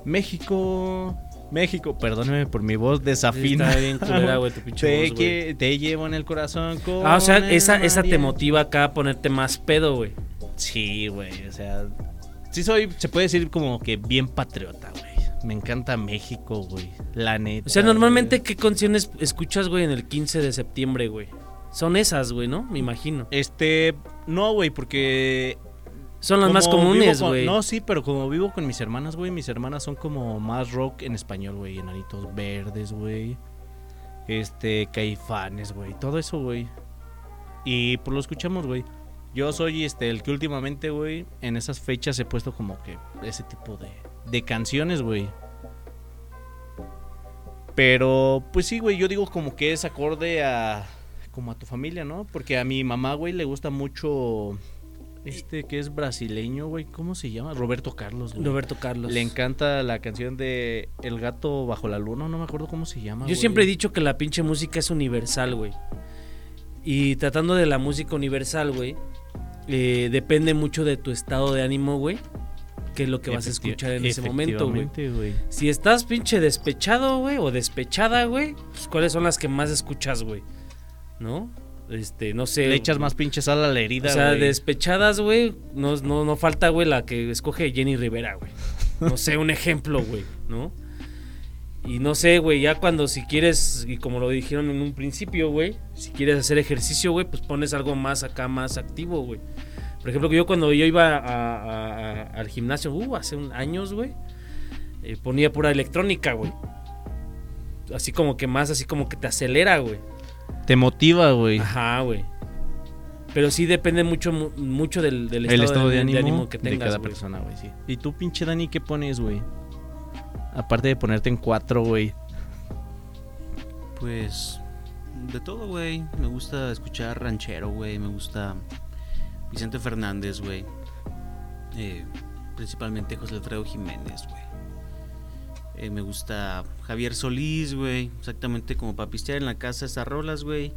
Speaker 3: México, México, perdóneme por mi voz desafina.
Speaker 2: Está bien
Speaker 3: (laughs)
Speaker 2: culera, güey, tu pinche
Speaker 3: Te,
Speaker 2: voz, güey.
Speaker 3: que- te llevo en el corazón con
Speaker 2: Ah, o sea,
Speaker 3: el
Speaker 2: esa, esa te
Speaker 3: mariachi.
Speaker 2: motiva acá a ponerte más pedo, güey.
Speaker 3: Sí, güey, o sea, sí soy, se puede decir como que bien patriota, güey. Me encanta México, güey. La neta.
Speaker 2: O sea,
Speaker 3: güey.
Speaker 2: normalmente, ¿qué canciones escuchas, güey, en el 15 de septiembre, güey? Son esas, güey, ¿no? Me imagino.
Speaker 3: Este, no, güey, porque
Speaker 2: Son las más
Speaker 3: como vivo
Speaker 2: comunes,
Speaker 3: con-
Speaker 2: güey.
Speaker 3: No, sí, pero como vivo con mis hermanas, güey, mis hermanas son como más rock en español, güey, enanitos verdes, güey. Este, caifanes, güey, todo eso, güey. Y pues lo escuchamos, güey. Yo soy este el que últimamente, güey, en esas fechas he puesto como que ese tipo de de canciones, güey. Pero pues sí, güey, yo digo como que es acorde a como a tu familia, ¿no? Porque a mi mamá, güey, le gusta mucho este que es brasileño, güey, ¿cómo se llama? Roberto Carlos, güey.
Speaker 2: Roberto Carlos.
Speaker 3: Le encanta la canción de El gato bajo la luna, no me acuerdo cómo se llama.
Speaker 2: Yo
Speaker 3: güey.
Speaker 2: siempre he dicho que la pinche música es universal, güey. Y tratando de la música universal, güey, eh, depende mucho de tu estado de ánimo, güey, que es lo que vas a
Speaker 3: Efecti-
Speaker 2: escuchar en ese momento, güey.
Speaker 3: efectivamente,
Speaker 2: Si estás pinche despechado, güey, o despechada, güey, pues, ¿cuáles son las que más escuchas, güey? ¿No? Este, no sé.
Speaker 3: Le echas más pinche sal a la herida,
Speaker 2: O sea,
Speaker 3: güey.
Speaker 2: despechadas, güey, no, no, no falta, güey, la que escoge Jenny Rivera, güey. No sé, un ejemplo, güey, ¿no? Y no sé, güey, ya cuando si quieres, y como lo dijeron en un principio, güey, si quieres hacer ejercicio, güey, pues pones algo más acá, más activo, güey. Por ejemplo, que yo cuando yo iba a- a- a- al gimnasio, uh, hace un- años, güey, eh, ponía pura electrónica, güey. Así como que más, así como que te acelera, güey.
Speaker 3: Te motiva, güey.
Speaker 2: Ajá, güey. Pero sí depende mucho mu- mucho del, del
Speaker 3: El estado de, ánimo,
Speaker 2: que tengas.
Speaker 3: de cada
Speaker 2: güey.
Speaker 3: persona, güey, sí. ¿Y tú, pinche Dani, qué pones, güey? Aparte de ponerte en cuatro, güey.
Speaker 1: Pues de todo, güey. Me gusta escuchar ranchero, güey. Me gusta Vicente Fernández, güey. Eh, principalmente José Alfredo Jiménez, güey. Eh, me gusta Javier Solís, güey. Exactamente como para pistear en la casa esas rolas, güey.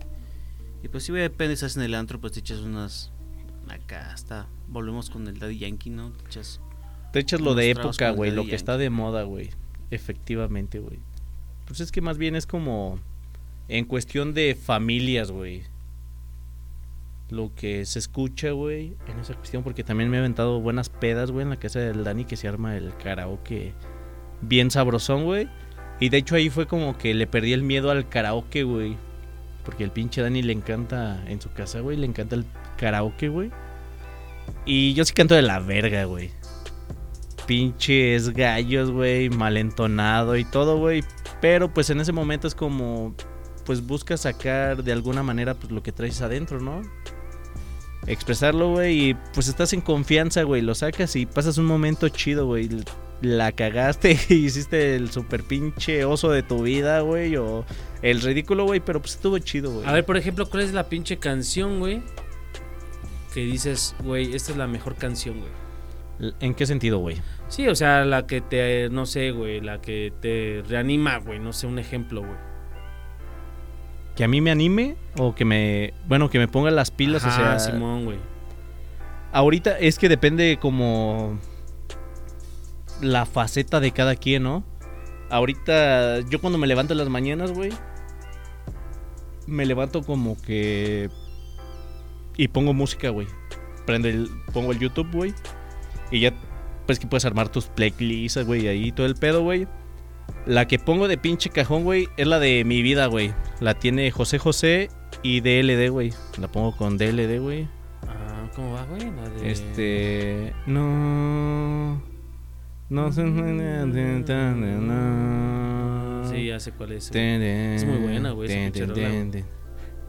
Speaker 1: Y pues si, güey, depende, estás en el antro, pues te echas unas... Acá hasta volvemos con el Daddy Yankee, ¿no? Te echas...
Speaker 3: Te echas lo
Speaker 1: Unos
Speaker 3: de
Speaker 1: tragos
Speaker 3: época,
Speaker 1: con
Speaker 3: güey,
Speaker 1: Daddy
Speaker 3: lo que
Speaker 1: Yankee.
Speaker 3: está de moda, güey. Efectivamente, güey. Pues es que más bien es como en cuestión de familias, güey. Lo que se escucha, güey, en esa cuestión, porque también me he aventado buenas pedas, güey, en la casa del Dani que se arma el karaoke bien sabrosón, güey. Y de hecho ahí fue como que le perdí el miedo al karaoke, güey. Porque el pinche Dani le encanta en su casa, güey, le encanta el karaoke, güey. Y yo sí canto de la verga, güey pinches gallos, güey, malentonado y todo, güey. Pero pues en ese momento es como, pues busca sacar de alguna manera pues lo que traes adentro, ¿no? Expresarlo, güey, y pues estás en confianza, güey, lo sacas y pasas un momento chido, güey. La cagaste (laughs) y hiciste el super pinche oso de tu vida, güey, o el ridículo, güey, pero pues estuvo chido, güey.
Speaker 2: A ver, por ejemplo, ¿cuál es la pinche canción, güey? Que dices, güey, esta es la mejor canción, güey.
Speaker 3: ¿En qué sentido, güey?
Speaker 2: Sí, o sea, la que te, no sé, güey, la que te reanima, güey, no sé, un ejemplo, güey.
Speaker 3: ¿Que a mí me anime o que me, bueno, que me ponga las pilas? o
Speaker 2: Ajá,
Speaker 3: sea,
Speaker 2: Simón, güey.
Speaker 3: Ahorita es que depende como la faceta de cada quien, ¿no? Ahorita yo cuando me levanto en las mañanas, güey, me levanto como que y pongo música, güey. Prendo el pongo el YouTube, güey, y ya pues que puedes armar tus playlists, güey, ahí todo el pedo, güey. La que pongo de pinche cajón, güey, es la de mi vida, güey. La tiene José José y DLD, güey. La pongo con DLD, güey.
Speaker 2: Ah, ¿cómo va, güey? La de-
Speaker 3: Este. No. No. se-
Speaker 2: Sí, Sí, ya sé cuál es. güey.
Speaker 3: Es
Speaker 2: muy buena, güey, esa pinche rola, güey.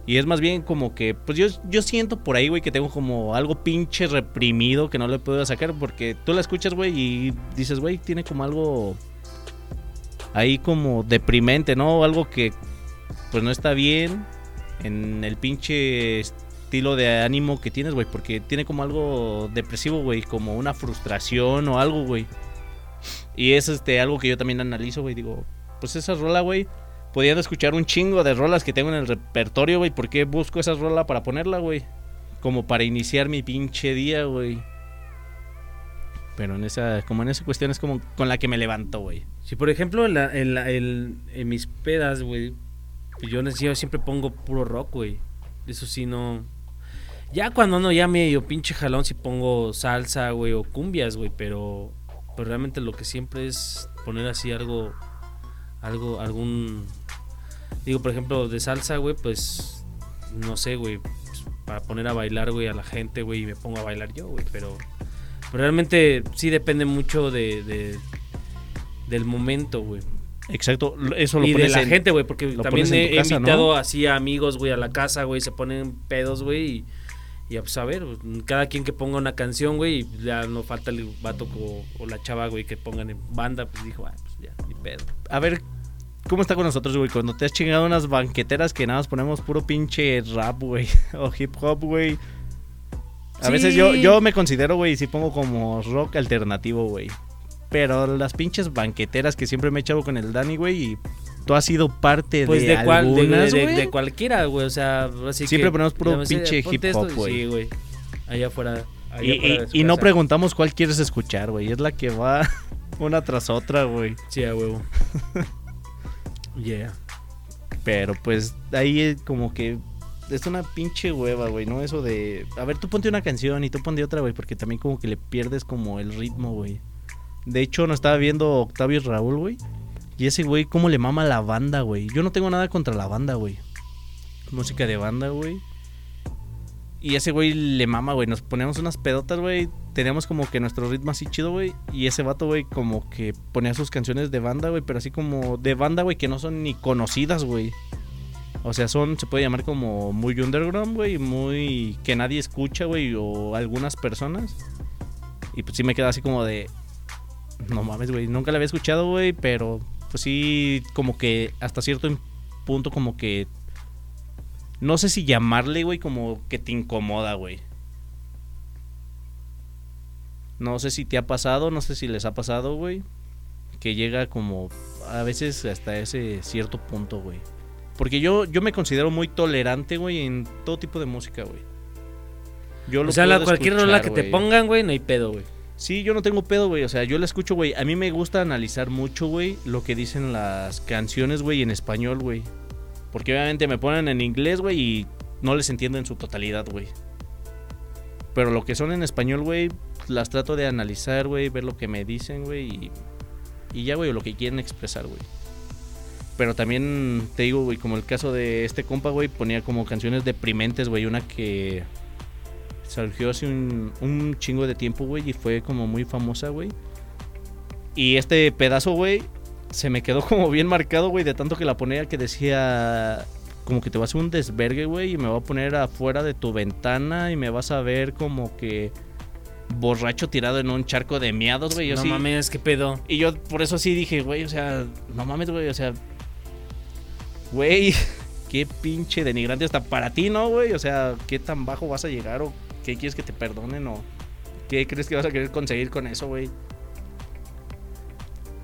Speaker 3: Y es más bien como que, pues yo, yo siento por ahí, güey, que tengo como algo pinche reprimido que no le puedo sacar porque tú la escuchas, güey, y dices, güey, tiene como algo ahí como deprimente, ¿no? Algo que pues no está bien en el pinche estilo de ánimo que tienes, güey, porque tiene como algo depresivo, güey, como una frustración o algo, güey. Y es este algo que yo también analizo, güey, digo, pues esa rola, güey, Pudiendo escuchar un chingo de rolas que tengo en el repertorio, güey. ¿Por qué busco esa rola para ponerla, güey? Como para iniciar mi pinche día, güey. Pero en esa, como en esa cuestión es como con la que me levanto, güey.
Speaker 2: Si por ejemplo en, la- en la- en- en mis pedas, güey, pues yo, les- yo siempre pongo puro rock, güey. Eso sí no. Ya cuando no ya medio pinche jalón si pongo salsa, güey, o cumbias, güey, pero pero realmente lo que siempre es poner así algo algo algún digo, por ejemplo, de salsa, güey, pues no sé, güey, pues, para poner a bailar, güey, a la gente, güey, y me pongo a bailar yo, güey, pero pero realmente sí depende mucho de- de del momento, güey.
Speaker 3: Exacto, lo- eso lo
Speaker 2: Y de
Speaker 3: pones
Speaker 2: la
Speaker 3: en-
Speaker 2: gente, güey, porque
Speaker 3: lo
Speaker 2: también
Speaker 3: pones en
Speaker 2: he,
Speaker 3: tu casa,
Speaker 2: he invitado
Speaker 3: ¿no?
Speaker 2: así a amigos, güey, a la casa, güey, se ponen pedos, güey, y, y a, pues a ver, cada quien que ponga una canción, güey, y ya no falta el vato o, o la chava, güey, que pongan en banda, pues dijo, ah, pues ya, ni pedo.
Speaker 3: A ver, ¿cómo está con nosotros, güey? Cuando te has chingado unas banqueteras que nada más ponemos puro pinche rap, güey. (laughs) O hip hop, güey. A
Speaker 2: Sí.
Speaker 3: veces yo, yo me considero, güey, si pongo como rock alternativo, güey. Pero las pinches banqueteras que siempre me he echado con el Dani, güey, y tú has sido parte
Speaker 2: Pues
Speaker 3: de,
Speaker 2: de, cual, de,
Speaker 3: algunas,
Speaker 2: de-
Speaker 3: güey.
Speaker 2: de cualquiera, güey, o sea, así
Speaker 3: Siempre
Speaker 2: que-
Speaker 3: ponemos puro
Speaker 2: ya me sé,
Speaker 3: pinche
Speaker 2: ponte
Speaker 3: hip hop,
Speaker 2: esto,
Speaker 3: güey.
Speaker 2: Sí, güey, allá afuera. allá
Speaker 3: Y,
Speaker 2: afuera
Speaker 3: y-
Speaker 2: de su
Speaker 3: y no
Speaker 2: casa.
Speaker 3: preguntamos cuál quieres escuchar, güey. Es la que va (laughs) una tras otra, güey.
Speaker 2: Sí, a
Speaker 3: (laughs)
Speaker 2: huevo. yeah.
Speaker 3: Pero pues ahí es como que es una pinche hueva, güey, ¿no? Eso de, a ver, tú ponte una canción y tú ponte otra, güey, porque también como que le pierdes como el ritmo, güey. De hecho, no estaba viendo Octavio y Raúl, güey. Y ese güey, cómo le mama la banda, güey. Yo no tengo nada contra la banda, güey. Música de banda, güey. Y ese güey le mama, güey. Nos ponemos unas pedotas, güey. Teníamos como que nuestro ritmo así chido, güey. Y ese vato, güey, como que ponía sus canciones de banda, güey. Pero así como de banda, güey, que no son ni conocidas, güey. O sea, son, se puede llamar como muy underground, güey. Muy que nadie escucha, güey. O algunas personas. Y pues sí me queda así como de... No mames, güey. Nunca la había escuchado, güey. Pero pues sí, como que hasta cierto punto como que no sé si llamarle, güey, como que te incomoda, güey. No sé si te ha pasado, no sé si les ha pasado, güey. Que llega como a veces hasta ese cierto punto, güey. Porque yo, yo me considero muy tolerante, güey, en todo tipo de música, güey. Yo lo
Speaker 2: O sea, la,
Speaker 3: puedo
Speaker 2: cualquier rola
Speaker 3: escuchar,
Speaker 2: que te
Speaker 3: güey.
Speaker 2: pongan, güey, no hay pedo, güey.
Speaker 3: Sí, yo no tengo pedo, güey. O sea, yo la escucho, güey. A mí me gusta analizar mucho, güey, lo que dicen las canciones, güey, en español, güey. Porque obviamente me ponen en inglés, güey, y no les entiendo en su totalidad, güey. Pero lo que son en español, güey, las trato de analizar, güey, ver lo que me dicen, güey, y, y ya, güey, lo que quieren expresar, güey. Pero también te digo, güey, como el caso de este compa, güey, ponía como canciones deprimentes, güey, una que surgió hace un, un chingo de tiempo, güey, y fue como muy famosa, güey. Y este pedazo, güey, se me quedó como bien marcado, güey, de tanto que la ponía que decía como que te vas a hacer un desvergue, güey, y me va a poner afuera de tu ventana y me vas a ver como que borracho tirado en un charco de miados, güey. Yo
Speaker 2: no
Speaker 3: sí-
Speaker 2: mames, qué pedo.
Speaker 3: y yo por eso sí dije, güey, o sea, no mames, güey, o sea, güey, (laughs) qué pinche denigrante hasta para ti, ¿no, güey? O sea, ¿qué tan bajo vas a llegar o qué quieres que te perdonen o qué crees que vas a querer conseguir con eso, güey?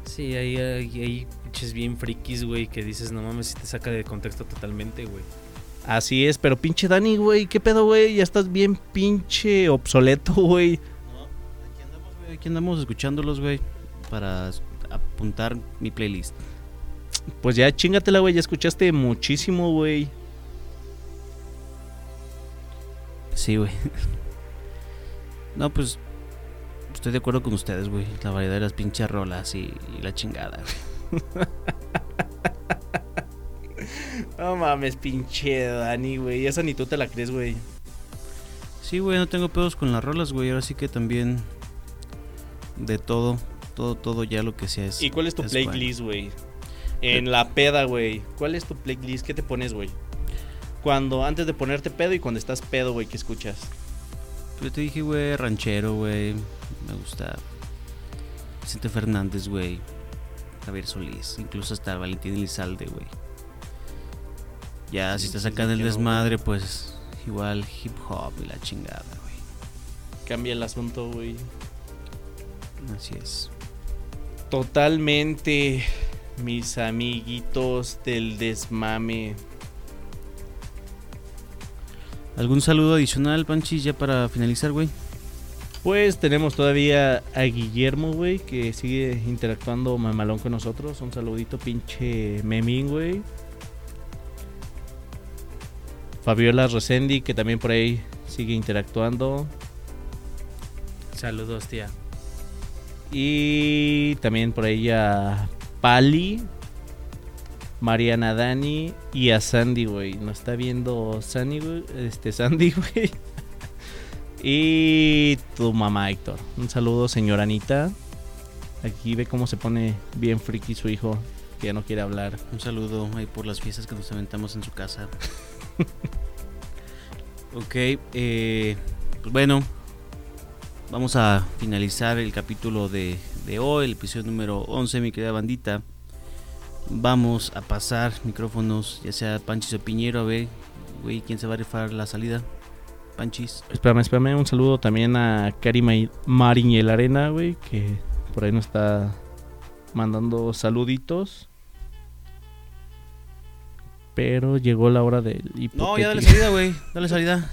Speaker 2: Sí, hay, hay, hay pinches bien frikis, güey, que dices, no mames, si te saca de contexto totalmente, güey.
Speaker 3: Así es, pero pinche Dani, güey, ¿qué pedo, güey? Ya estás bien pinche obsoleto, güey.
Speaker 1: Aquí andamos, güey, aquí andamos escuchándolos, güey, para s- apuntar mi playlist.
Speaker 3: Pues ya chingatela, güey, ya escuchaste muchísimo, güey.
Speaker 1: Sí, güey. No, pues estoy de acuerdo con ustedes, güey. La variedad de las pinches rolas y, y la chingada. güey.
Speaker 3: No mames, pinche Dani, güey, esa ni tú te la crees, güey.
Speaker 1: Sí, güey, no tengo pedos con las rolas, güey. Ahora sí que también de todo, todo, todo ya lo que sea es.
Speaker 3: ¿Y cuál es tu
Speaker 1: bueno.
Speaker 3: playlist, güey? En la peda, güey. ¿Cuál es tu playlist? ¿Qué te pones, güey? Cuando antes de ponerte pedo y cuando estás pedo, güey, ¿qué escuchas?
Speaker 1: Yo te dije, güey, ranchero, güey. Me gusta. Vicente Fernández, güey. Javier Solís. Incluso hasta Valentín Elizalde, güey. Ya, si te sacan del desmadre, pues igual hip hop y la chingada, güey.
Speaker 3: Cambia el asunto, güey.
Speaker 1: Así es.
Speaker 3: Totalmente, mis amiguitos del desmame.
Speaker 1: ¿Algún saludo adicional, Panchis, ya para finalizar, güey?
Speaker 3: Pues tenemos todavía a Guillermo, güey, que sigue interactuando mamalón con nosotros. Un saludito, pinche memín, güey. Fabiola Rosendi, que también por ahí sigue interactuando.
Speaker 2: Saludos, tía.
Speaker 3: Y también por ahí a Pali, Mariana Dani y a Sandy, güey. Nos está viendo Sandy, güey. Este, Sandy, (laughs) güey. Y tu mamá, Héctor. Un saludo, señora Anita. Aquí ve cómo se pone bien friki su hijo, que ya no quiere hablar.
Speaker 1: Un saludo ahí por las fiestas que nos aventamos en su casa. (laughs) ok, eh, pues bueno, vamos a finalizar el capítulo de, de hoy, el episodio número 11, mi querida bandita. Vamos a pasar micrófonos, ya sea Panchis o Piñero, a ver, güey, quién se va a rifar la salida. Panchis.
Speaker 3: Espérame, espérame. Un saludo también a Cari Ma- Mariñel Arena, güey, que por ahí nos está mandando saluditos. Pero llegó la hora del
Speaker 1: No, ya dale
Speaker 3: hipotético-
Speaker 1: salida, güey, dale salida.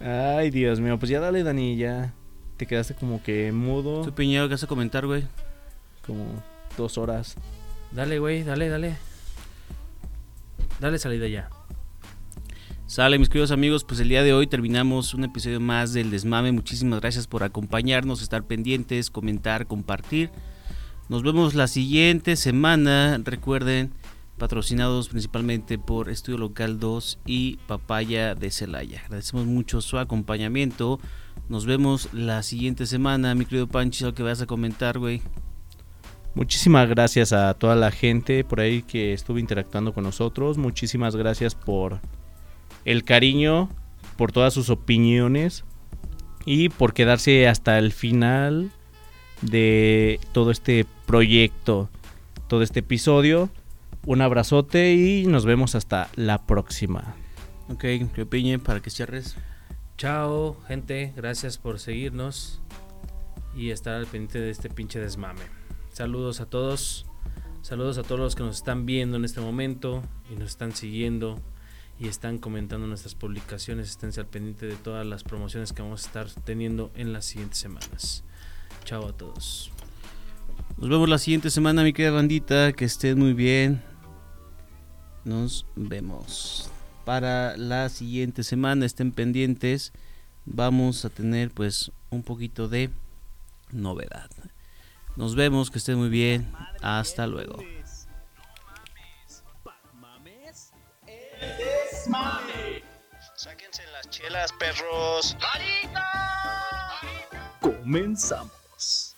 Speaker 3: Ay, Dios mío, pues ya dale, Dani, ya. Te quedaste como que mudo,
Speaker 1: Tú, Piñero, ¿qué vas a comentar, güey?
Speaker 3: como dos horas.
Speaker 2: Dale, güey, dale, dale. Dale salida ya.
Speaker 1: Sale, mis queridos amigos, pues el día de hoy terminamos un episodio más del Desmame. Muchísimas gracias por acompañarnos, estar pendientes, comentar, compartir. Nos vemos la siguiente semana. Recuerden, patrocinados principalmente por Estudio Local 2 y Papaya de Celaya. Agradecemos mucho su acompañamiento. Nos vemos la siguiente semana, mi querido Panchi, lo que vas a comentar, güey.
Speaker 3: Muchísimas gracias a toda la gente por ahí que estuvo interactuando con nosotros. Muchísimas gracias por el cariño, por todas sus opiniones y por quedarse hasta el final de todo este proyecto, todo este episodio. Un abrazote y nos vemos hasta la próxima.
Speaker 1: Ok, que opinen para que cierres.
Speaker 2: Chao, gente. Gracias por seguirnos y estar al pendiente de este pinche desmame. Saludos a todos. Saludos a todos los que nos están viendo en este momento y nos están siguiendo y están comentando nuestras publicaciones. Esténse al pendiente de todas las promociones que vamos a estar teniendo en las siguientes semanas. Chao a todos.
Speaker 1: Nos vemos la siguiente semana, mi querida bandita. Que estén muy bien. Nos vemos. Para la siguiente semana, estén pendientes. Vamos a tener pues un poquito de novedad. Nos vemos, que estén muy bien. Hasta luego.
Speaker 4: Sáquense las chelas, perros.
Speaker 5: Comenzamos.